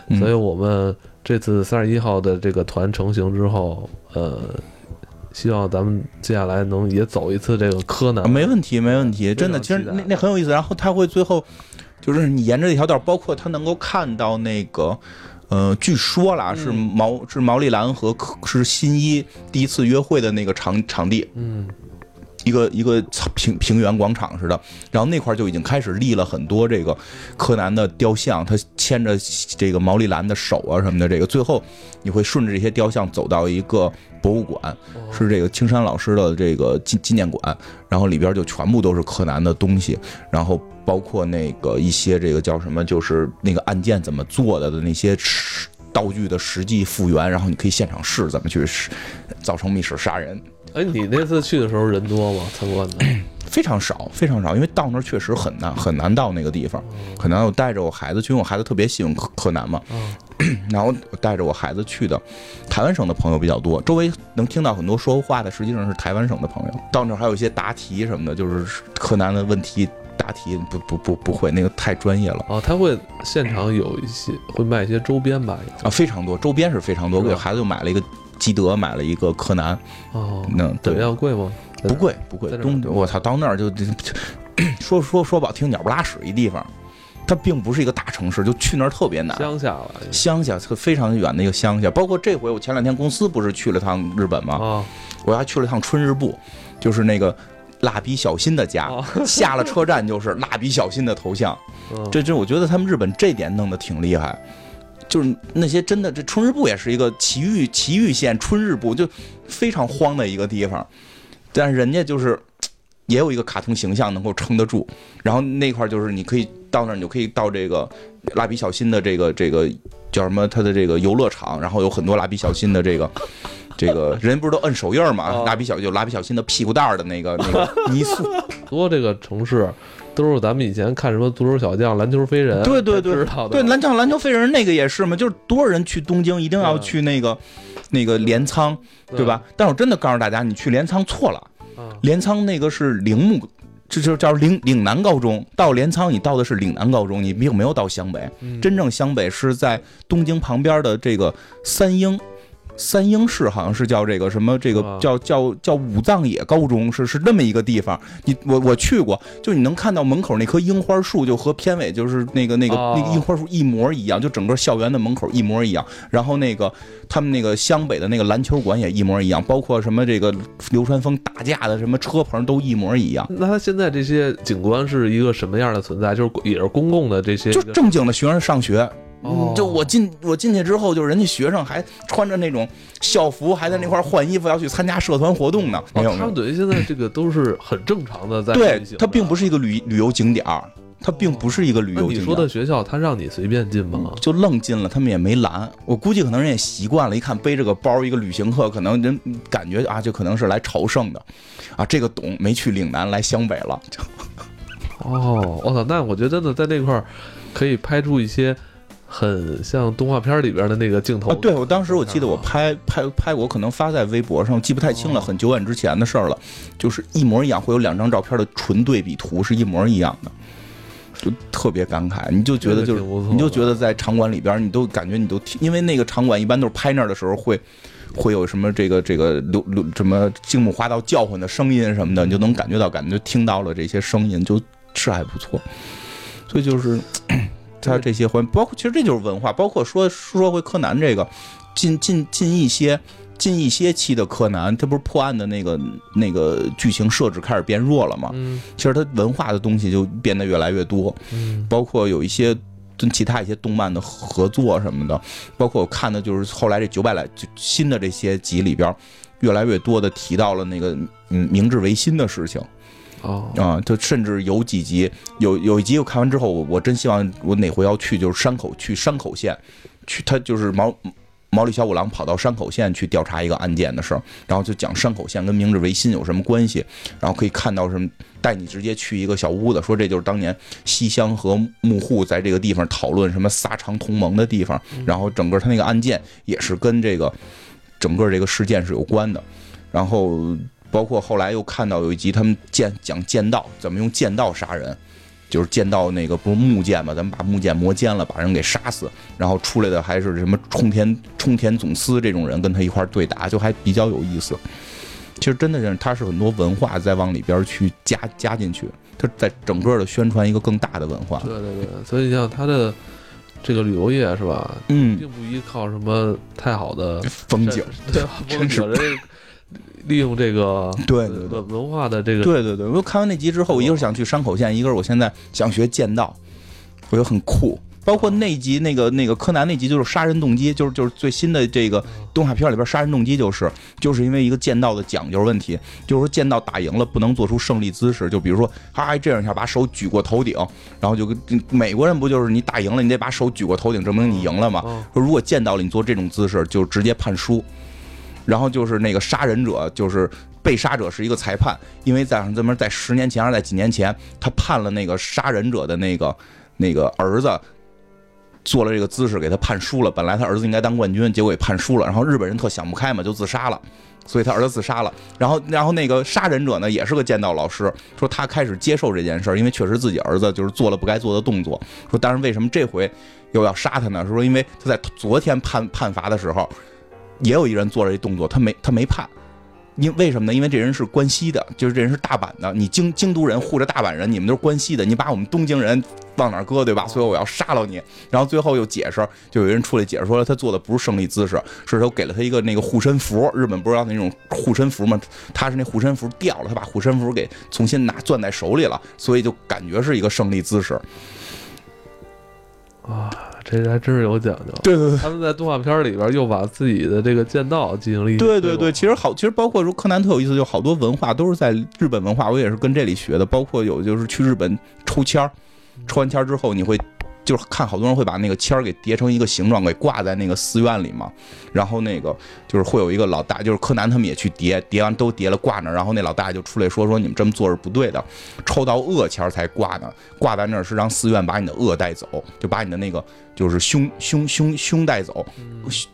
嗯
所以我们这次三十一号的这个团成型之后，呃，希望咱们接下来能也走一次这个柯南
啊，，没问题，没问题，真的，
非
其
常
实
期待
那那很有意思。然后他会最后，就是你沿着这条道，包括他能够看到那个，呃，据说啦是
嗯
毛是毛利兰和柯是新一第一次约会的那个场场地，
嗯，
一个一个草平平原广场似的，然后那块儿就已经开始立了很多这个柯南的雕像，他牵着这个毛利兰的手啊什么的，这个最后你会顺着这些雕像走到一个博物馆，是这个青山老师的这个纪纪念馆，然后里边就全部都是柯南的东西，然后包括那个一些这个叫什么，就是那个案件怎么做的的那些实道具的实际复原，然后你可以现场试怎么去试造成密室杀人。
哎，你那次去的时候人多吗？参观 的？
非常少，非常少，因为到那儿确实很难，很难到那个地方，很难。我带着我孩子去，因为我孩子特别喜欢柯柯南嘛，
嗯
然后我带着我孩子去的。台湾省的朋友比较多，周围能听到很多说话的，实际上是台湾省的朋友。到那儿还有一些答题什么的，就是柯南的问题答题不不不不会，那个太专业了
哦，他会现场有一些会卖一些周边吧？也
啊，非常多，周边是非常多。
是
我
吧
给孩子就买了一个基德，买了一个柯南，
哦，
那
怎
对
么，样贵吗？
不贵不贵
在，哪儿
东我操，到那儿就就就说说说不好听，鸟不拉屎一地方，它并不是一个大城市，就去那儿特别难。
乡下了
乡下特非常远的一个乡下，包括这回我前两天公司不是去了趟日本吗？
啊
我还去了趟春日部，就是那个蜡笔小新的家，
啊！
下了车站就是蜡笔小新的头像。
嗯
这这，我觉得他们日本这点弄得挺厉害，就是那些真的，这春日部也是一个埼玉埼玉县春日部就非常荒的一个地方，但是人家就是也有一个卡通形象能够撑得住，然后那块儿就是你可以到那儿，你就可以到这个蜡笔小新的这个这个叫什么，它的这个游乐场，然后有很多蜡笔小新的这个。这个人不是都摁手印儿嘛？
哦
蜡笔小有蜡笔小新的屁股蛋儿的那个那个 泥塑，
很多这个城市都是咱们以前看什么足球小将、篮球飞人，
对对对
才知道的
对，篮球篮球飞人那个也是嘛，就是多少人去东京一定要去那个那个镰仓，对吧？？但我真的告诉大家，你去镰仓错了，
啊
镰仓那个是铃木，这就叫岭岭南高中。到镰仓你到的是岭南高中，你并没有到湘北。
嗯
真正湘北是在东京旁边的这个三鹰。三鹰市好像是叫这个什么，这个
是吧
叫叫叫武藏野高中，是是那么一个地方。你我我去过，就你能看到门口那棵樱花树，就和片尾就是那个那个、
哦
那个樱花树一模一样，就整个校园的门口一模一样。然后那个他们那个湘北的那个篮球馆也一模一样，包括什么这个流川枫打架的什么车棚都一模一样。
那他现在这些景观是一个什么样的存在？就是也是公共的这些，
就正经的学生上学。
哦
嗯，就我进我进去之后，就是人家学生还穿着那种校服，还在那块儿换衣服，要去参加社团活动呢。没有
哦，
没
他们
有，
等于现在这个都是很正常的在
对
运行，的
它并不是一个旅旅游景点儿，它并不是一个旅
啊那
游
你
景
说
点
的
儿。
学校，他让你随便进吗？
就愣进了，他们也没拦。我估计可能人也习惯了，一看背着个包，一个旅行客，可能人感觉啊，这可能是来朝圣的，啊，这个懂，没去岭南，来湘北了。就
哦，我操！那我觉得真的在那块儿可以拍出一些很像动画片里边的那嗯个镜头。
啊，对，我当时我记得我拍拍拍过，可能发在微博上，记不太清了，
哦
很久远之前的事儿了，就是一模一样，会有两张照片的纯对比图是一模一样的，就特别感慨，你就觉得就是
挺不错的
你就觉得在场馆里边儿，你都感觉你都听，因为那个场馆一般都是拍那儿的时候会会有什么这个这个流流什么静穆花道叫唤的声音什么的，你就能感觉到，感觉就听到了这些声音，就是还不错。所以就是 他这些环，包括其实这就是文化，包括说说回柯南这个，近近近一些。近一些期的柯南，他不是破案的那个那个剧情设置开始变弱了吗？
嗯
其实它文化的东西就变得越来越多，
嗯，
包括有一些跟其他一些动漫的合作什么的，包括我看的就是后来这九百来就新的这些集里边，越来越多的提到了那个嗯明治维新的事情
哦，
啊，就甚至有几集有有一集我看完之后，我我真希望我哪回要去就是山口去山口县，去他就是毛。毛利小五郎跑到山口县去调查一个案件的事儿，然后就讲山口县跟明治维新有什么关系，然后可以看到什么，带你直接去一个小屋子，说这就是当年西乡和幕户在这个地方讨论什么撒长同盟的地方，然后整个他那个案件也是跟这个整个这个事件是有关的，然后包括后来又看到有一集他们剑讲剑道，怎么用剑道杀人。就是剑道那个不是木剑嘛，咱们把木剑磨尖了，把人给杀死，然后出来的还是什么冲田冲田总司这种人跟他一块儿对打，就还比较有意思。其实真的是，它是很多文化在往里边儿去加加进去，它在整个的宣传一个更大的文化。
对对对，所以你像他的这个旅游业是吧，
嗯，
并不依靠什么太好的
风景，，
对吧？风
真是
景这利用这个呃
对对对
文文化的这个
对对对。我看完那集之后，我一个是想去山口县，一个是我现在想学剑道，我觉得很酷。包括那集那个那个柯南那集，就是杀人动机，就是就是最新的这个动画片里边杀人动机就是就是因为一个剑道的讲究问题，就是说剑道打赢了不能做出胜利姿势，就比如说啊这样一下把手举过头顶，然后就跟美国人不就是你打赢了你得把手举过头顶证明你赢了吗？
哦
说如果见到了你做这种姿势，就直接判输。然后就是那个杀人者，就是被杀者是一个裁判，因为在咱们在十年前还是在几年前，他判了那个杀人者的那个那个儿子。做了这个姿势，给他判输了。本来他儿子应该当冠军，结果也判输了。然后日本人特想不开嘛，就自杀了，所以他儿子自杀了。然后，然后那个杀人者呢，也是个剑道老师，说他开始接受这件事儿，因为确实自己儿子就是做了不该做的动作。说，但是为什么这回又要杀他呢？说因为他在昨天判判罚的时候，也有一人做了一动作，他没他没判，因为什么呢？因为这人是关西的，就是这人是大阪的，你京京都人护着大阪人，你们都是关西的，你把我们东京人往哪儿搁，对吧？所以我要杀了你。然后最后又解释，就有人出来解释说他做的不是胜利姿势，是他给了他一个那个护身符，日本不是让那种护身符吗？他是那护身符掉了，他把护身符给重新拿攥在手里了，所以就感觉是一个胜利姿势。
啊，这还真是有讲究。
对对对。
他们在动画片里边又把自己的这个剑道进行了一
对对对，，其实好，其实包括说柯南特有意思，就好多文化都是在日本文化，我也是跟这里学的，包括有就是去日本抽签儿，抽完签儿之后你会。就是看好多人会把那个签儿给叠成一个形状，给挂在那个寺院里嘛。然后那个就是会有一个老大，就是柯南他们也去叠，叠完都叠了挂那儿。然后那老大就出来说说你们这么做是不对的，抽到恶签儿才挂呢，挂在那儿是让寺院把你的恶带走，就把你的那个就是凶凶凶凶带走。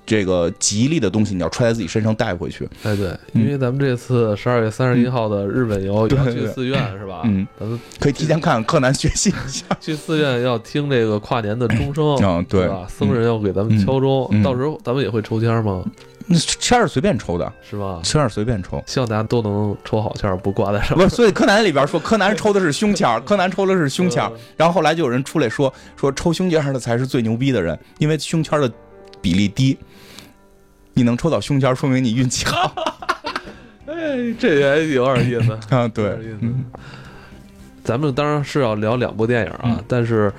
这个吉利的东西你要揣在自己身上带回去。
哎对，
嗯
因为咱们这次十二月三十一号的日本游也要
对
去
对
寺院是吧？
嗯，
咱们
可以提前看看柯南学习一下。，
去寺院要听这个跨年的钟声
嗯，对
是，吧？僧人要给咱们敲钟，
嗯嗯
到时候咱们也会抽签吗？
那签儿是随便抽的，
是吧？
签儿是随便抽。
希望大家都能抽好签儿，不挂在上
不是，所以柯南里边说柯南抽的是胸签儿，柯南抽的是胸签儿。然后后来就有人出来说说抽胸签儿的才是最牛逼的人，因为胸签儿的比例低。你能抽到胸签儿，说明你运气好
哎，这也有点意思。
啊！对
有点意，思
嗯
咱们当然是要聊两部电影啊，
嗯
但是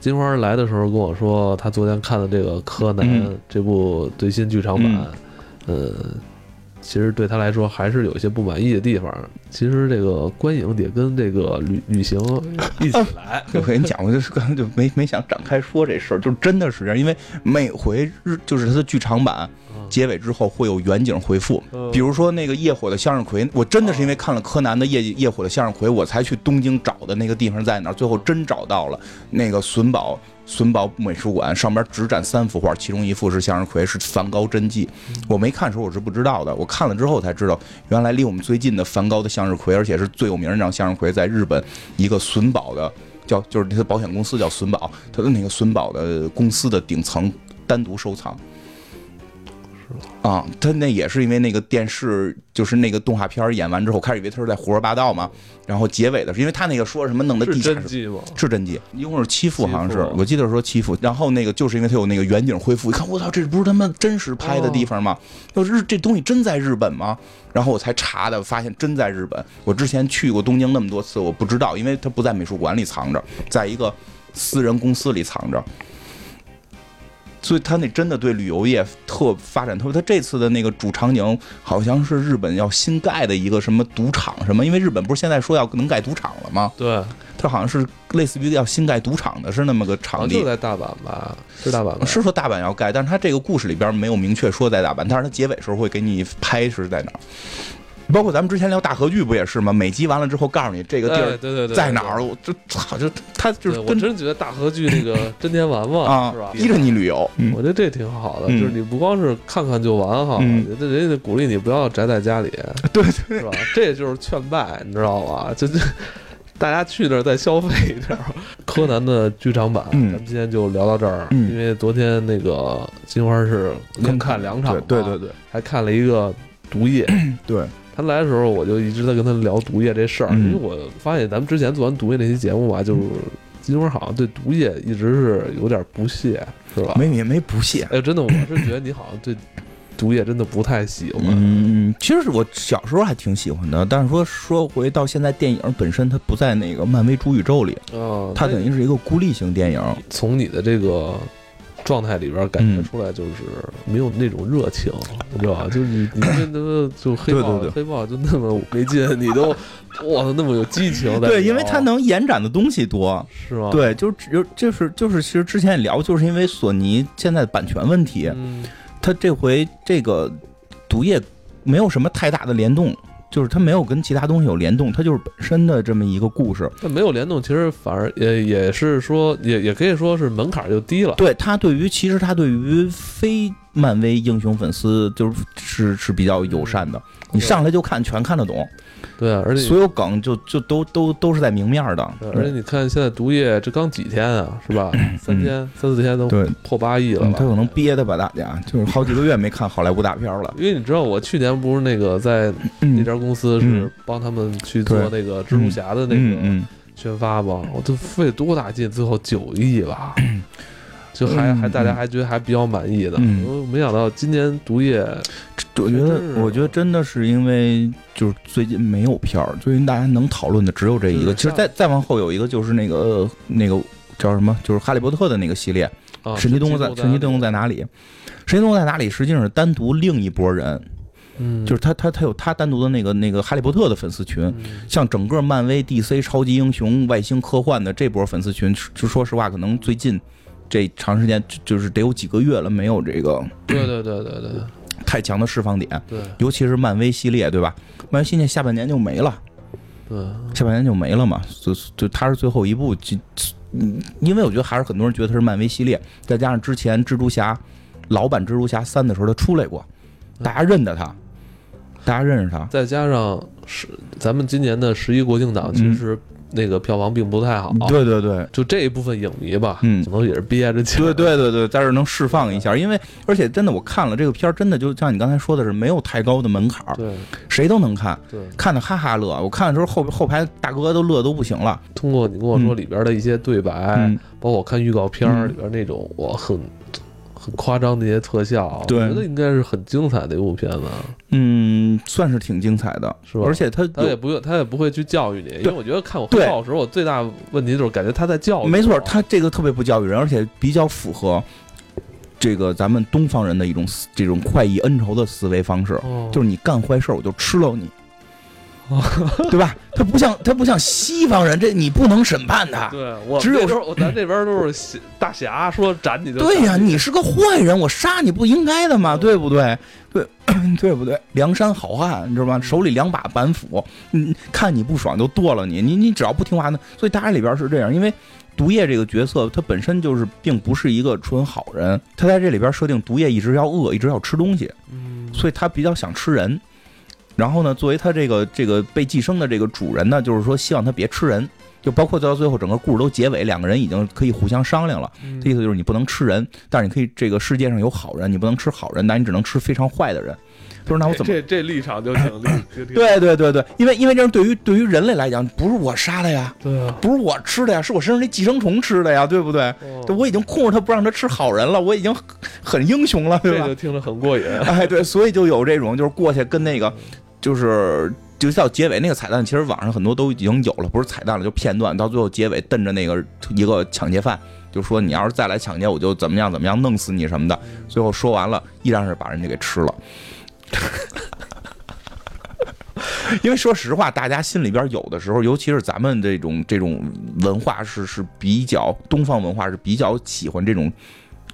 金花来的时候跟我说，她昨天看的这个《柯南》
嗯
这部最新剧场版，呃，其实对她来说还是有一些不满意的地方。其实这个观影得跟这个旅旅行一起来，
我跟你讲，我就是刚才就没没想展开说这事儿，就真的是这样，因为每回日就是它的剧场版
嗯
结尾之后会有远景回复，
嗯
比如说那个夜火的向日葵，我真的是因为看了柯南的夜夜火的向日葵，我才去东京找的那个地方在哪儿，最后真找到了那个榫宝榫宝美术馆上边只展三幅画，其中一幅是向日葵，是梵高真迹。我没看的时候我是不知道的，我看了之后才知道，原来离我们最近的梵高的向日葵，而且是最有名的那张向日葵，在日本一个榫宝的叫就是那个保险公司叫损保，它的那个损保的公司的顶层单独收藏。啊，他那也是因为那个电视，就是那个动画片儿演完之后，开始以为他是在胡说八道嘛，然后结尾的是因为他那个说什么弄的地
是
下
真迹吗？
是真迹，一共是七幅，
七
好像是
幅
我记得是说七幅。然后那个就是因为它有那个远景恢复，一看我操，这不是他妈真实拍的地方吗？要日这东西真在日本吗？然后我才查的，发现真在日本。我之前去过东京那么多次，我不知道，因为它不在美术馆里藏着，在一个私人公司里藏着。所以他那真的对旅游业特发展特别。他这次的那个主场景好像是日本要新盖的一个什么赌场什么，因为日本不是现在说要能盖赌场了吗？
对，
它好像是类似于要新盖赌场的，是那么个
好像
场
哦就
地。
在大阪吧，是大阪吧？
是说大阪要盖，但是它这个故事里边没有明确说在大阪，但是它结尾时候会给你拍是在哪儿。包括咱们之前聊大合剧不也是吗？每集完了之后告诉你这个地
哎，
儿
对对对，
在哪
对
儿，我这操，就它就
对
是
我
跟
真觉得大河剧那个真田丸嘛，
啊
是吧？
逼着你旅游，嗯
我觉得这挺好的，
嗯
就是你不光是看看就完哈，
嗯
人家人家鼓励你不要宅在家里，
对
对，是 吧？这就是劝败，你知道吧？就 就大家去那儿再消费一点儿。 柯南的剧场版，
嗯
咱们今天就聊到这儿，
嗯
因为昨天那个金花是连看两场，啊
对对，对
还看了一个《毒 液》。
对，
他来的时候，我就一直在跟他聊毒液这事儿，因
嗯
为我发现咱们之前做完毒液那期节目吧，就是金花好像对毒液一直是有点不屑，是吧？
没也没不屑。
哎，真的，我是觉得你好像对毒液真的不太喜欢。
嗯，其实是我小时候还挺喜欢的，但是说说回到现在，电影本身它不在那个漫威主宇宙里，
啊，
它
那
等于是一个孤立型电影。
从你的这个状态里边感觉
嗯
出来，就是没有那种热情，你知道吧？就是你你这 他就黑
对对
豹
对
黑豹就那么没劲，你都哇那么有激情在里头，
对，因为它能延展的东西多。
是吗？，
对，就是只就是就是，其实之前也聊，就是因为索尼现在版权问题，
嗯，
它这回这个毒液没有什么太大的联动，就是它没有跟其他东西有联动，它就是本身的这么一个故事。
但没有联动，其实反而也也是说也也可以说是门槛就低了。
对它对于其实它对于非漫威英雄粉丝就是是是比较友善的，你上来就看全看得懂，
嗯对啊，而且
所有梗就就都都都是在明面儿的。
对而且你看现在毒液这刚几天啊，是吧？三天三四天都
嗯对，
破八亿了
嗯
吧？
他可能憋的吧，大家就是好几个月没看好莱坞大片儿了。
因为你知道，我去年不是那个在那
嗯
家公司是帮他们去做那个蜘蛛侠的那
嗯
个
嗯。
宣发吗？我都费多大劲，最后九亿吧，就还
嗯
还大家还觉得还比较满意的。
嗯
我没想到今年毒液
我觉得，我觉得真的是因为就是最近没有片儿，最近大家能讨论的只有这一个。
是
其实再再往后有一个就是那个呃那个叫什么，就是《哈利波特》的那个系列，
啊，
《神奇动物在哦神奇动物在哪里》，《神奇动物在哪里》实际上是单独另一拨人，
嗯，
就是他他他有他单独的那个那个《哈利波特》的粉丝群。
嗯
像整个漫威、DC 超级英雄、外星科幻的这波粉丝群，就说实话，可能最近这长时间就就是得有几个月了，没有这个
对对对对对
太强的释放点。
对
尤其是漫威系列，对吧？漫威系列下半年就没了，
对，
下半年就没了嘛。就就它是最后一部，就嗯，因为我觉得还是很多人觉得它是漫威系列，再加上之前蜘蛛侠老版蜘蛛侠三的时候，它出来过，大家认得它，大家认识它。
再加上十，咱们今年的十一国庆档其实那个票房并不太好，
嗯对对对。
就这一部分影迷吧，
嗯
可能也是憋着气儿，
对对 对对，在这儿能释放一下，因为而且真的我看了这个片儿，真的就像你刚才说的是没有太高的门槛儿，
对
谁都能看，
对。
看的哈哈乐。我看的时候后后排大哥都乐都不行了。
通过你跟我说里边的一些对白，
嗯
包括我看预告片儿
嗯
里边那种，我很很夸张的一些特效，
对
我觉得应该是很精彩的一部片子，
嗯，算是挺精彩的，
是吧
而且它
他
有
也不用，他也不会去教育你，因为我觉得看我黑
对
豹的时候，我最大问题就是感觉他在教育我，
没错，他这个特别不教育人，而且比较符合这个咱们东方人的一种思这种快意恩仇的思维方式，
哦
就是你干坏事儿我就吃了你，对吧？他不像他不像西方人，这你不能审判 他。
对我
只有
那时候我咱这边都是大侠说斩你就
对呀、
斩
你是个坏人，我杀你不应该的嘛，对不对？ 对，对不对？梁山好汉，你知道吗？手里两把板斧，嗯，看你不爽就剁了你，你你只要不听话呢。所以大家里边是这样，因为毒液这个角色他本身就是并不是一个纯好人，他在这里边设定毒液一直要饿，一直要吃东西，
嗯
所以他比较想吃人。然后呢，作为他这个这个被寄生的这个主人呢，就是说希望他别吃人，就包括到最后整个故事都结尾，两个人已经可以互相商量了。
嗯
这意思就是你不能吃人，但是你可以这个世界上有好人，你不能吃好人，但你只能吃非常坏的人。他说那我怎么？
这这立场就 挺立，就挺
对啊对对对，因为因为这样对于对于人类来讲，不是我杀的呀，
对啊，
不是我吃的呀，是我身上那寄生虫吃的呀，对不对？
哦
我已经控制他不让他吃好人了，我已经很很英雄了，对
这
吧
就？听着很过瘾。
哎，对，所以就有这种，就是过去跟那个，就是就到结尾那个彩蛋，其实网上很多都已经有了，不是彩蛋了，就片段。到最后结尾，瞪着那个一个抢劫犯，就说你要是再来抢劫，我就怎么样怎么样，弄死你什么的。最后说完了，依然是把人家给吃了。 因为说实话，大家心里边有的时候，尤其是咱们这种这种文化是是比较东方文化是比较喜欢这种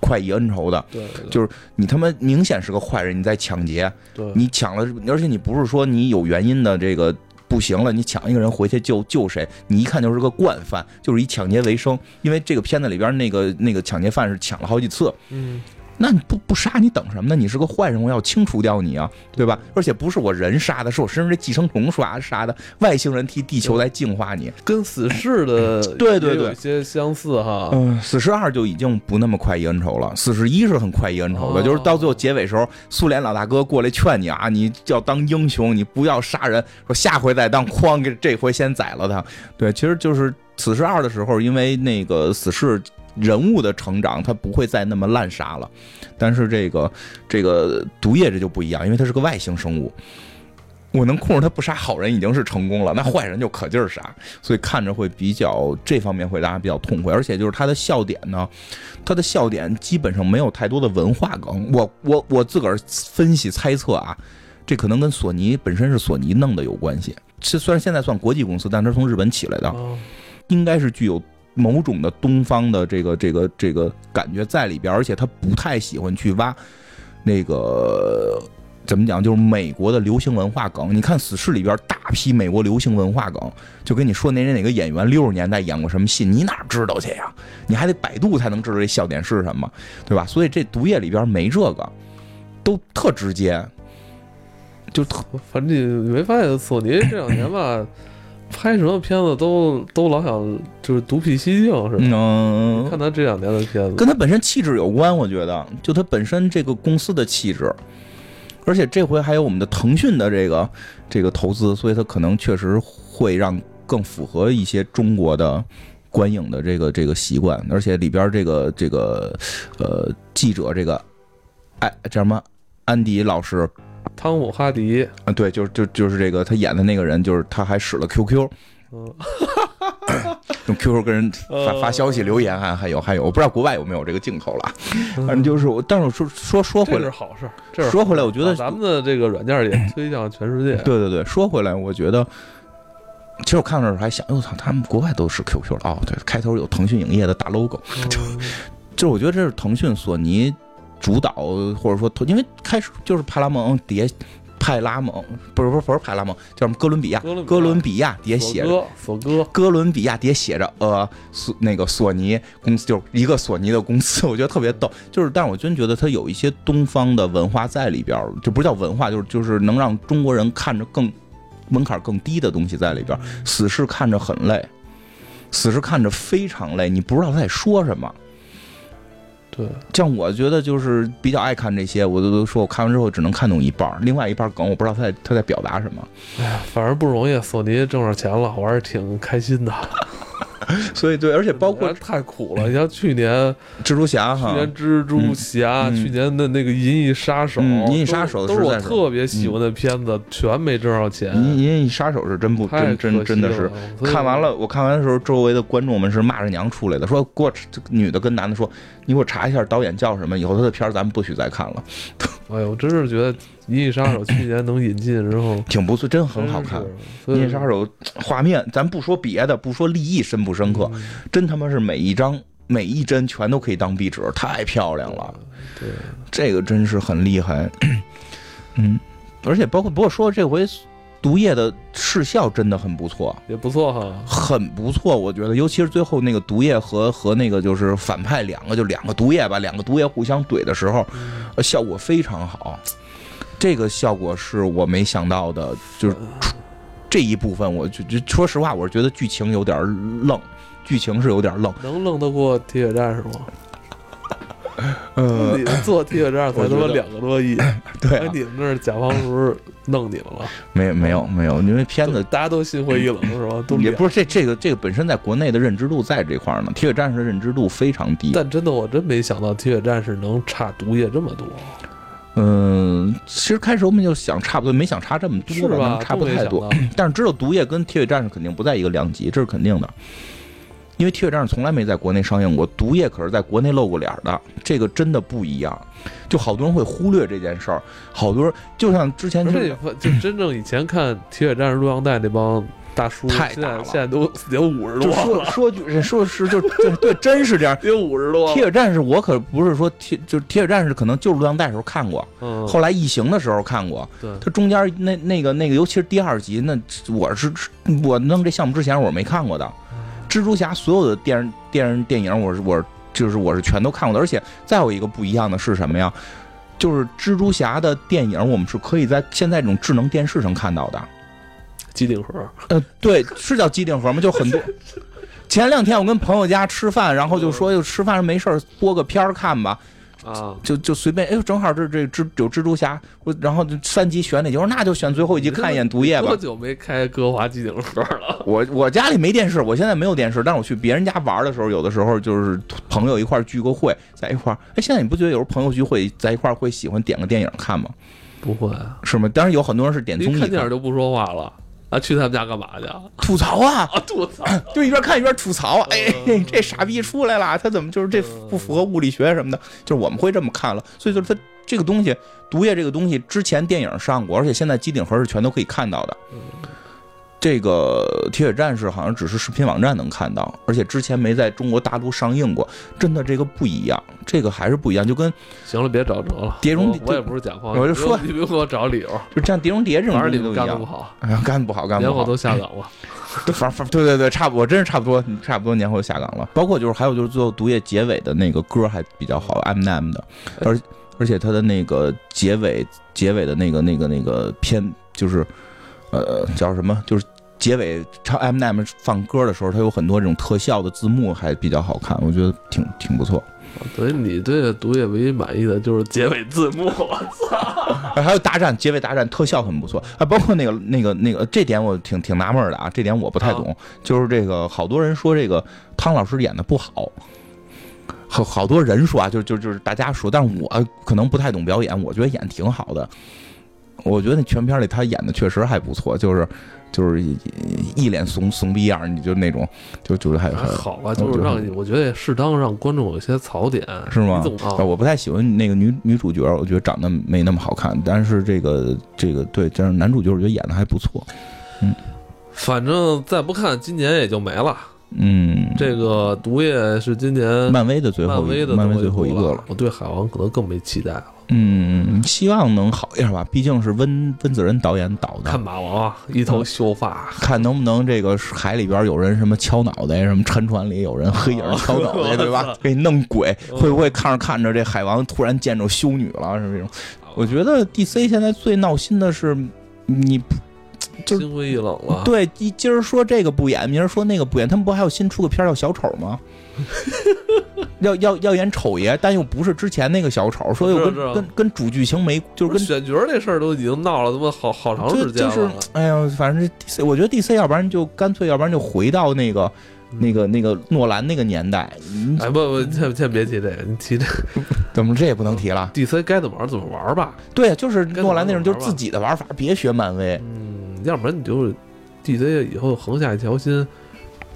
快意恩仇的，
对对
就是你他妈明显是个坏人，你在抢劫，
对
你抢了，而且你不是说你有原因的这个不行了，你抢一个人回去救救谁，你一看就是个惯犯，就是以抢劫为生。因为这个片子里边那个那个抢劫犯是抢了好几次，
嗯，
那你不不杀你等什么呢？你是个坏人，我要清除掉你啊，对吧？而且不是我人杀的，是我身上这寄生虫杀杀的，外星人替地球来净化你。
跟死侍的
对对
也有
对
一些相似哈。
嗯，死侍二就已经不那么快意恩仇了，死侍一是很快意恩仇的，
哦
就是到最后结尾时候，苏联老大哥过来劝你啊，你要当英雄，你不要杀人，说下回再当，哐给这回先宰了他。对，其实就是死侍二的时候，因为那个死侍。人物的成长，他不会再那么滥杀了，但是这个这个毒液这就不一样，因为他是个外星生物，我能控制他不杀好人已经是成功了，那坏人就可劲儿杀，所以看着会比较这方面会大家比较痛快，而且就是他的笑点呢，他的笑点基本上没有太多的文化梗。我我我自个儿分析猜测啊，这可能跟索尼本身是索尼弄的有关系。这虽然现在算国际公司，但它是从日本起来的，
哦
应该是具有某种的东方的这个这个这个感觉在里边，而且他不太喜欢去挖那个怎么讲，就是美国的流行文化梗。你看《死侍》里边大批美国流行文化梗，就跟你说哪哪哪个演员六十年代演过什么戏，你哪知道去呀？你还得百度才能知道这笑点是什么，对吧？所以这《毒液》里边没这个，都特直接。就特
反正你没发现索尼这两年 吧，拍什么片子都都老想就是独辟蹊径似的。
嗯，
看他这两年的片子，
跟他本身气质有关，我觉得，就他本身这个公司的气质，而且这回还有我们的腾讯的这个这个投资，所以它可能确实会让更符合一些中国的观影的这个这个习惯，而且里边这个这个呃记者这个哎叫什么安迪老师
汤姆哈迪，
啊，对，就是就就是这个他演的那个人，就是他还使了 QQ，
嗯，
用 QQ 跟人发
呃
发消息留言还还有还有，我不知道国外有没有这个镜头了啊，反正就是我，但是我说说说回
这
来
是。好事儿。这是好事儿
说回来，我觉得
把咱们的这个软件也推向全世界。
对对对，说回来，我觉得，其实我看到这儿还想，哎呦我操，他们国外都是 QQ 了哦。对，开头有腾讯影业的大 logo，
嗯
就是我觉得这是腾讯、索尼主导，或者说腾，因为开始就是派拉蒙底下，派拉蒙不是不是不是派拉蒙，叫什么哥伦比亚，
哥伦比亚
哥伦比亚底下写
索哥，索
着。
哥，
哥伦比亚底下写着呃索那个索尼公司，就是一个索尼的公司， 我觉得特别逗。就是，但是我真觉得它有一些东方的文化在里边儿，就不是叫文化，就是就是能让中国人看着更门槛更低的东西在里边儿。死侍看着很累，死侍看着非常累，你不知道他在说什么。
对，
像我觉得就是比较爱看这些，我都都说我看完之后只能看懂一半儿，另外一半儿梗我不知道他在他在表达什么。
哎呀，反正不容易，索尼挣着钱了，我还是挺开心的。
所以对，而且包括
还是太苦了，你像去年
蜘蛛侠
去
哈，
年蜘蛛侠，
啊嗯
去年的那个《银翼杀手》
嗯银翼杀手
都是都是
实在
我
是嗯
特别喜欢的片子，全没挣着钱，
银银翼杀手是真不
呃太
真真真的是。
可惜
看完，了，我看完的时候，周围的观众们是骂着娘出来的，说给我查这个女的跟男的说，你给我查一下导演叫什么，以后他的片儿咱们不许再看了，
所以哎呦，我真是觉得《银翼杀手》去年能引进之后
挺不错，真 很好看。，
真是
银翼杀手画面，咱不说别的，不说立意深不深刻，
嗯
真他妈是每一张每一帧全都可以当壁纸，太漂
嗯
亮了。
对，
这个真是很厉害。 嗯，而且包括不过说这回毒液的视效真的很不错。
也不错哈。
很不错，我觉得，尤其是最后那个毒液和和那个就是反派两个，就两个毒液吧，两个毒液互相怼的时候，
嗯
呃效果
嗯
非常好。这个效果是我没想到的，就是出这一部分我就就说实话，我是觉得剧情有点愣，剧情是有点愣。
能愣得过铁血战士吗？
呃
自，己做铁血战士才他
我觉
妈
得
两个多亿，
对、
哎
啊，
你们那儿甲方是不是弄你们了？
没没有没有，因为片子
大家都心灰意冷是吧？都
也
两
不是这这个这个本身在国内的认知度在这块儿呢，《铁血战士》的认知度非常低。
但真的，我真没想到铁血战士能差毒液这么多，
嗯，其实开始我们就想差不多，没想差这么
是
多可
吧
能？差
都
不
没
太
想
多
到。
但是知道毒液跟铁血战士肯定不在一个量级，这是肯定的，因为铁血战士从来没在国内上映过，毒液可是在国内露过脸儿的，这个真的不一样。就好多人会忽略这件事儿，好多人就像之前
而
就
且就真正以前看《铁血战士》录像带那帮大叔，
太
现
大
在
了
现在都得五十
就
多了，
说说句说是就对对，真 是这样。
得五十多
铁
了。
血战士我可不是说铁就是铁血战士，可能就是录像带时候看过，
嗯，
后来异形的时候看过，
对
它中间那那个那个，尤其是第二集，那我是我弄这项目之前我是没看过的。蜘蛛侠所有的电视电视电影我，是我是就是我是全都看过的。而且再有一个不一样的是什么呀？就是蜘蛛侠的电影，我们是可以在现在这种智能电视上看到的。
机顶盒，
呃，对， 是叫机顶盒吗？就 很多。前两天我跟朋友家吃饭，然后就说就哎吃饭没事儿播个片儿看吧，
啊，
就就随便，哎呦，正好这这蜘有蜘蛛侠，我然后就三集选哪集，我说那就选最后一集看一眼毒液吧
多。久没开哥华机顶盒了？
我我家里没电视，我现在没有电视，但是我去别人家玩的时候，有的时候就是朋友一块儿聚个会，在一块儿。哎，现在你不觉得有时候朋友聚会在一块儿会喜欢点个电影看吗？
不会啊，
是吗？当然有很多人是点综
一
艺
看电
看
影就不说话了。啊，去他们家干嘛去啊？
吐槽啊，
啊，吐槽！
就一边看一边吐槽，哎
嗯，
这傻逼出来了，他怎么就是这
嗯
不符合物理学什么的？就是我们会这么看了，所以就是他这个东西，毒液这个东西，之前电影上过，而且现在机顶盒是全都可以看到的。
嗯
这个铁血战士好像只是视频网站能看到，而且之前没在中国大陆上映过，真的这个不一样，这个还是不一样，就跟
行了，别找辙了。
碟中
我我也不是甲方，
我
你
就
不
说
用你别给我找理由，
就像《碟中谍》这种
反
东
正
西
你们
都一
干的不
样。
好，
哎呀，干不好，干不
年后
好，
都下 岗了。
对反反对对对，差不多，我真是差不多，差不多年后就下岗了。包括就是还有就是最后毒液结尾的那个歌还比较好，M M 的，而而且它的那个结尾结尾的那个那个那个片就是呃叫什么就是。结尾唱 M M 放歌的时候，它有很多这种特效的字幕，还比较好看，我觉得挺挺不错。
等于你对毒液唯一满意的就是结尾字幕，
哎还有大战结尾大战特效很不错啊，包括那个那个那个，这点我挺挺纳闷儿的啊，这点我不太懂，就是这个好多人说这个汤老师演的不好。好好多人说啊，就就就是大家说，但是我可能不太懂表演，我觉得演挺好的。我觉得那全片里他演的确实还不错，就是就是一一脸怂怂逼样儿，你就那种，就就是还
还
还
啊好吧？就是让你，我觉得也适当让观众有些槽点，
是吗
你总
啊，
啊，
我不太喜欢那个女女主角，我觉得长得没那么好看，但是这个这个对，但是男主角我觉得演的还不错。
反正再不看今年也就没了。
嗯，
这个毒液是今年
漫威的最
漫
后一
威
个
的
漫威
东西
最后一
出
个
了
了，，
我对海王可能更没期待了。
嗯，希望能好一点吧，毕竟是温温子仁导演导的
看。马王啊，一头秀发，
看能不能这个海里边有人什么敲脑袋，什么沉船里有人黑影敲脑袋，对吧？给你弄鬼，会不会看着看着这海王突然见着修女了，是这种？我觉得 DC 现在最闹心的是，你就
心灰意冷了。
对，一今儿说这个不演，明儿说那个不演，他们不还有新出个片儿叫小丑 吗？要要要演丑爷，但又不是之前那个小丑，说又
我
跟
知道知道
跟跟主剧情没，就是
不
跟
是选角这事儿都已经闹了他妈好好长
就
时间
就
了，
是，哎呀，反正这 DC，我觉得 DC 要不然就干脆，要不然就回到那个那个那个诺兰那个年代。嗯
嗯哎不不，先先别提这个，你提这
怎么这也不能提了？
DC 该怎么玩怎么玩吧。
对，就是诺兰那种，
该怎么玩吧
就是自己的玩法，别学漫威。
嗯，要不然你就 DC 以后横下一条心，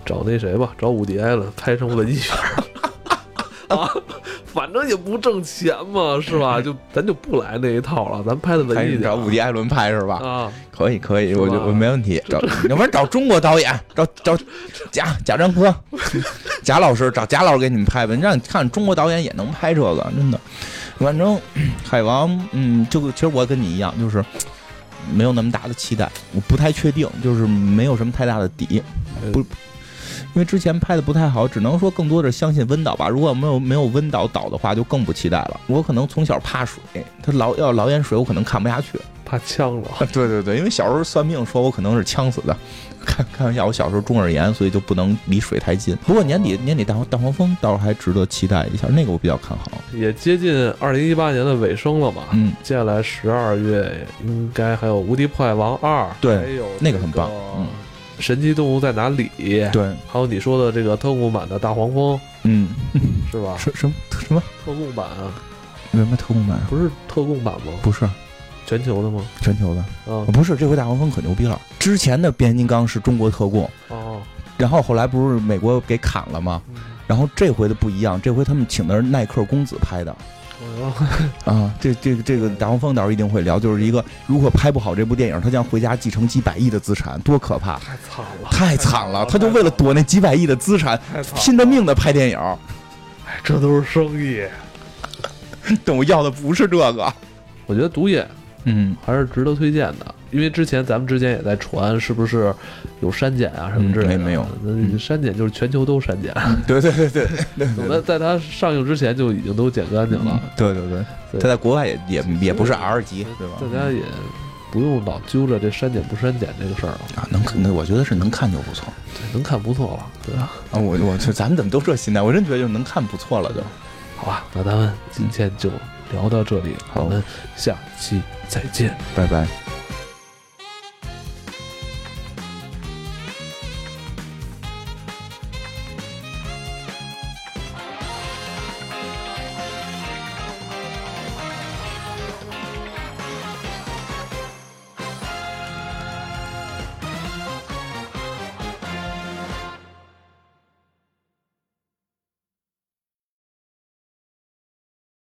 找那谁吧，找伍迪艾伦拍成文艺片儿。啊， 反正也不挣钱嘛，是吧？就咱就不来那一套了，咱拍的
还
文艺
是
点
找
儿
伍迪·艾伦拍是吧？
啊，
可以可以，
吧
我就我没问题。找，要不然找中国导演， 找找贾贾樟柯、贾老师，找贾老师给你们拍吧。你让你看中国导演也能拍这个，真的。反正 海王，嗯，这个其实我跟你一样，就是没有那么大的期待，我不太确定，就是没有什么太大的底，不。因为之前拍的不太好，只能说更多的是相信温导吧。如果没有没有温导导的话，就更不期待了。我可能从小怕水，他老要老演水，我可能看不下去。
怕呛 着。
啊对对对，因为小时候算命说我可能是呛死的，开开玩笑，我小时候中耳炎，所以就不能离水太近。不过年底年底大黄大黄蜂倒是还值得期待一下，那个我比较看好。
也接近二零一八年的尾声了嘛，
嗯，
接下来十二月应该还有《无敌破坏王二》，
对
还有
那个很棒嗯
神奇动物在哪里？
对，
还有你说的这个特供版的大黄蜂
嗯，
是吧？
什什么什么
特供版
什么特供版？
不是特供版吗？
不是啊
全球的吗？
全球的，
啊
哦不是这回大黄蜂可牛逼了。之前的变形金刚是中国特供，
哦，
然后后来不是美国给砍了吗？
嗯
然后这回的不一样，这回他们请的是耐克公子拍的。
我
啊，这这个这个大黄蜂到时候一定会聊，就是一个如果拍不好这部电影，他将回家继承几百亿的资产，多可怕！
太惨了，
太惨了，他就为了躲那几百亿的资产，
太惨了
拼着，命的拍电影。
哎这都是生意。
但我要的不是这个。
我觉得毒液
嗯
还是值得推荐的，因为之前咱们之间也在传，是不是有删减啊什么之类的？
嗯没没有
那删减就是全球都删减，
对对对对嗯
我
对
们在它上映之前就已经都剪干净了，
嗯对对对，
对
他在国外也也也不是 R 级，嗯对吧？
大家也不用老揪着这删减不删减这个事儿了，
啊，能看，那我觉得是能看就不错
对能看不错了，对吧？
啊！我我这咱们怎么都这心态？我真觉得就能看不错了就。
好吧，那咱们今天就聊到这里，
好
我们下期再见。
拜拜。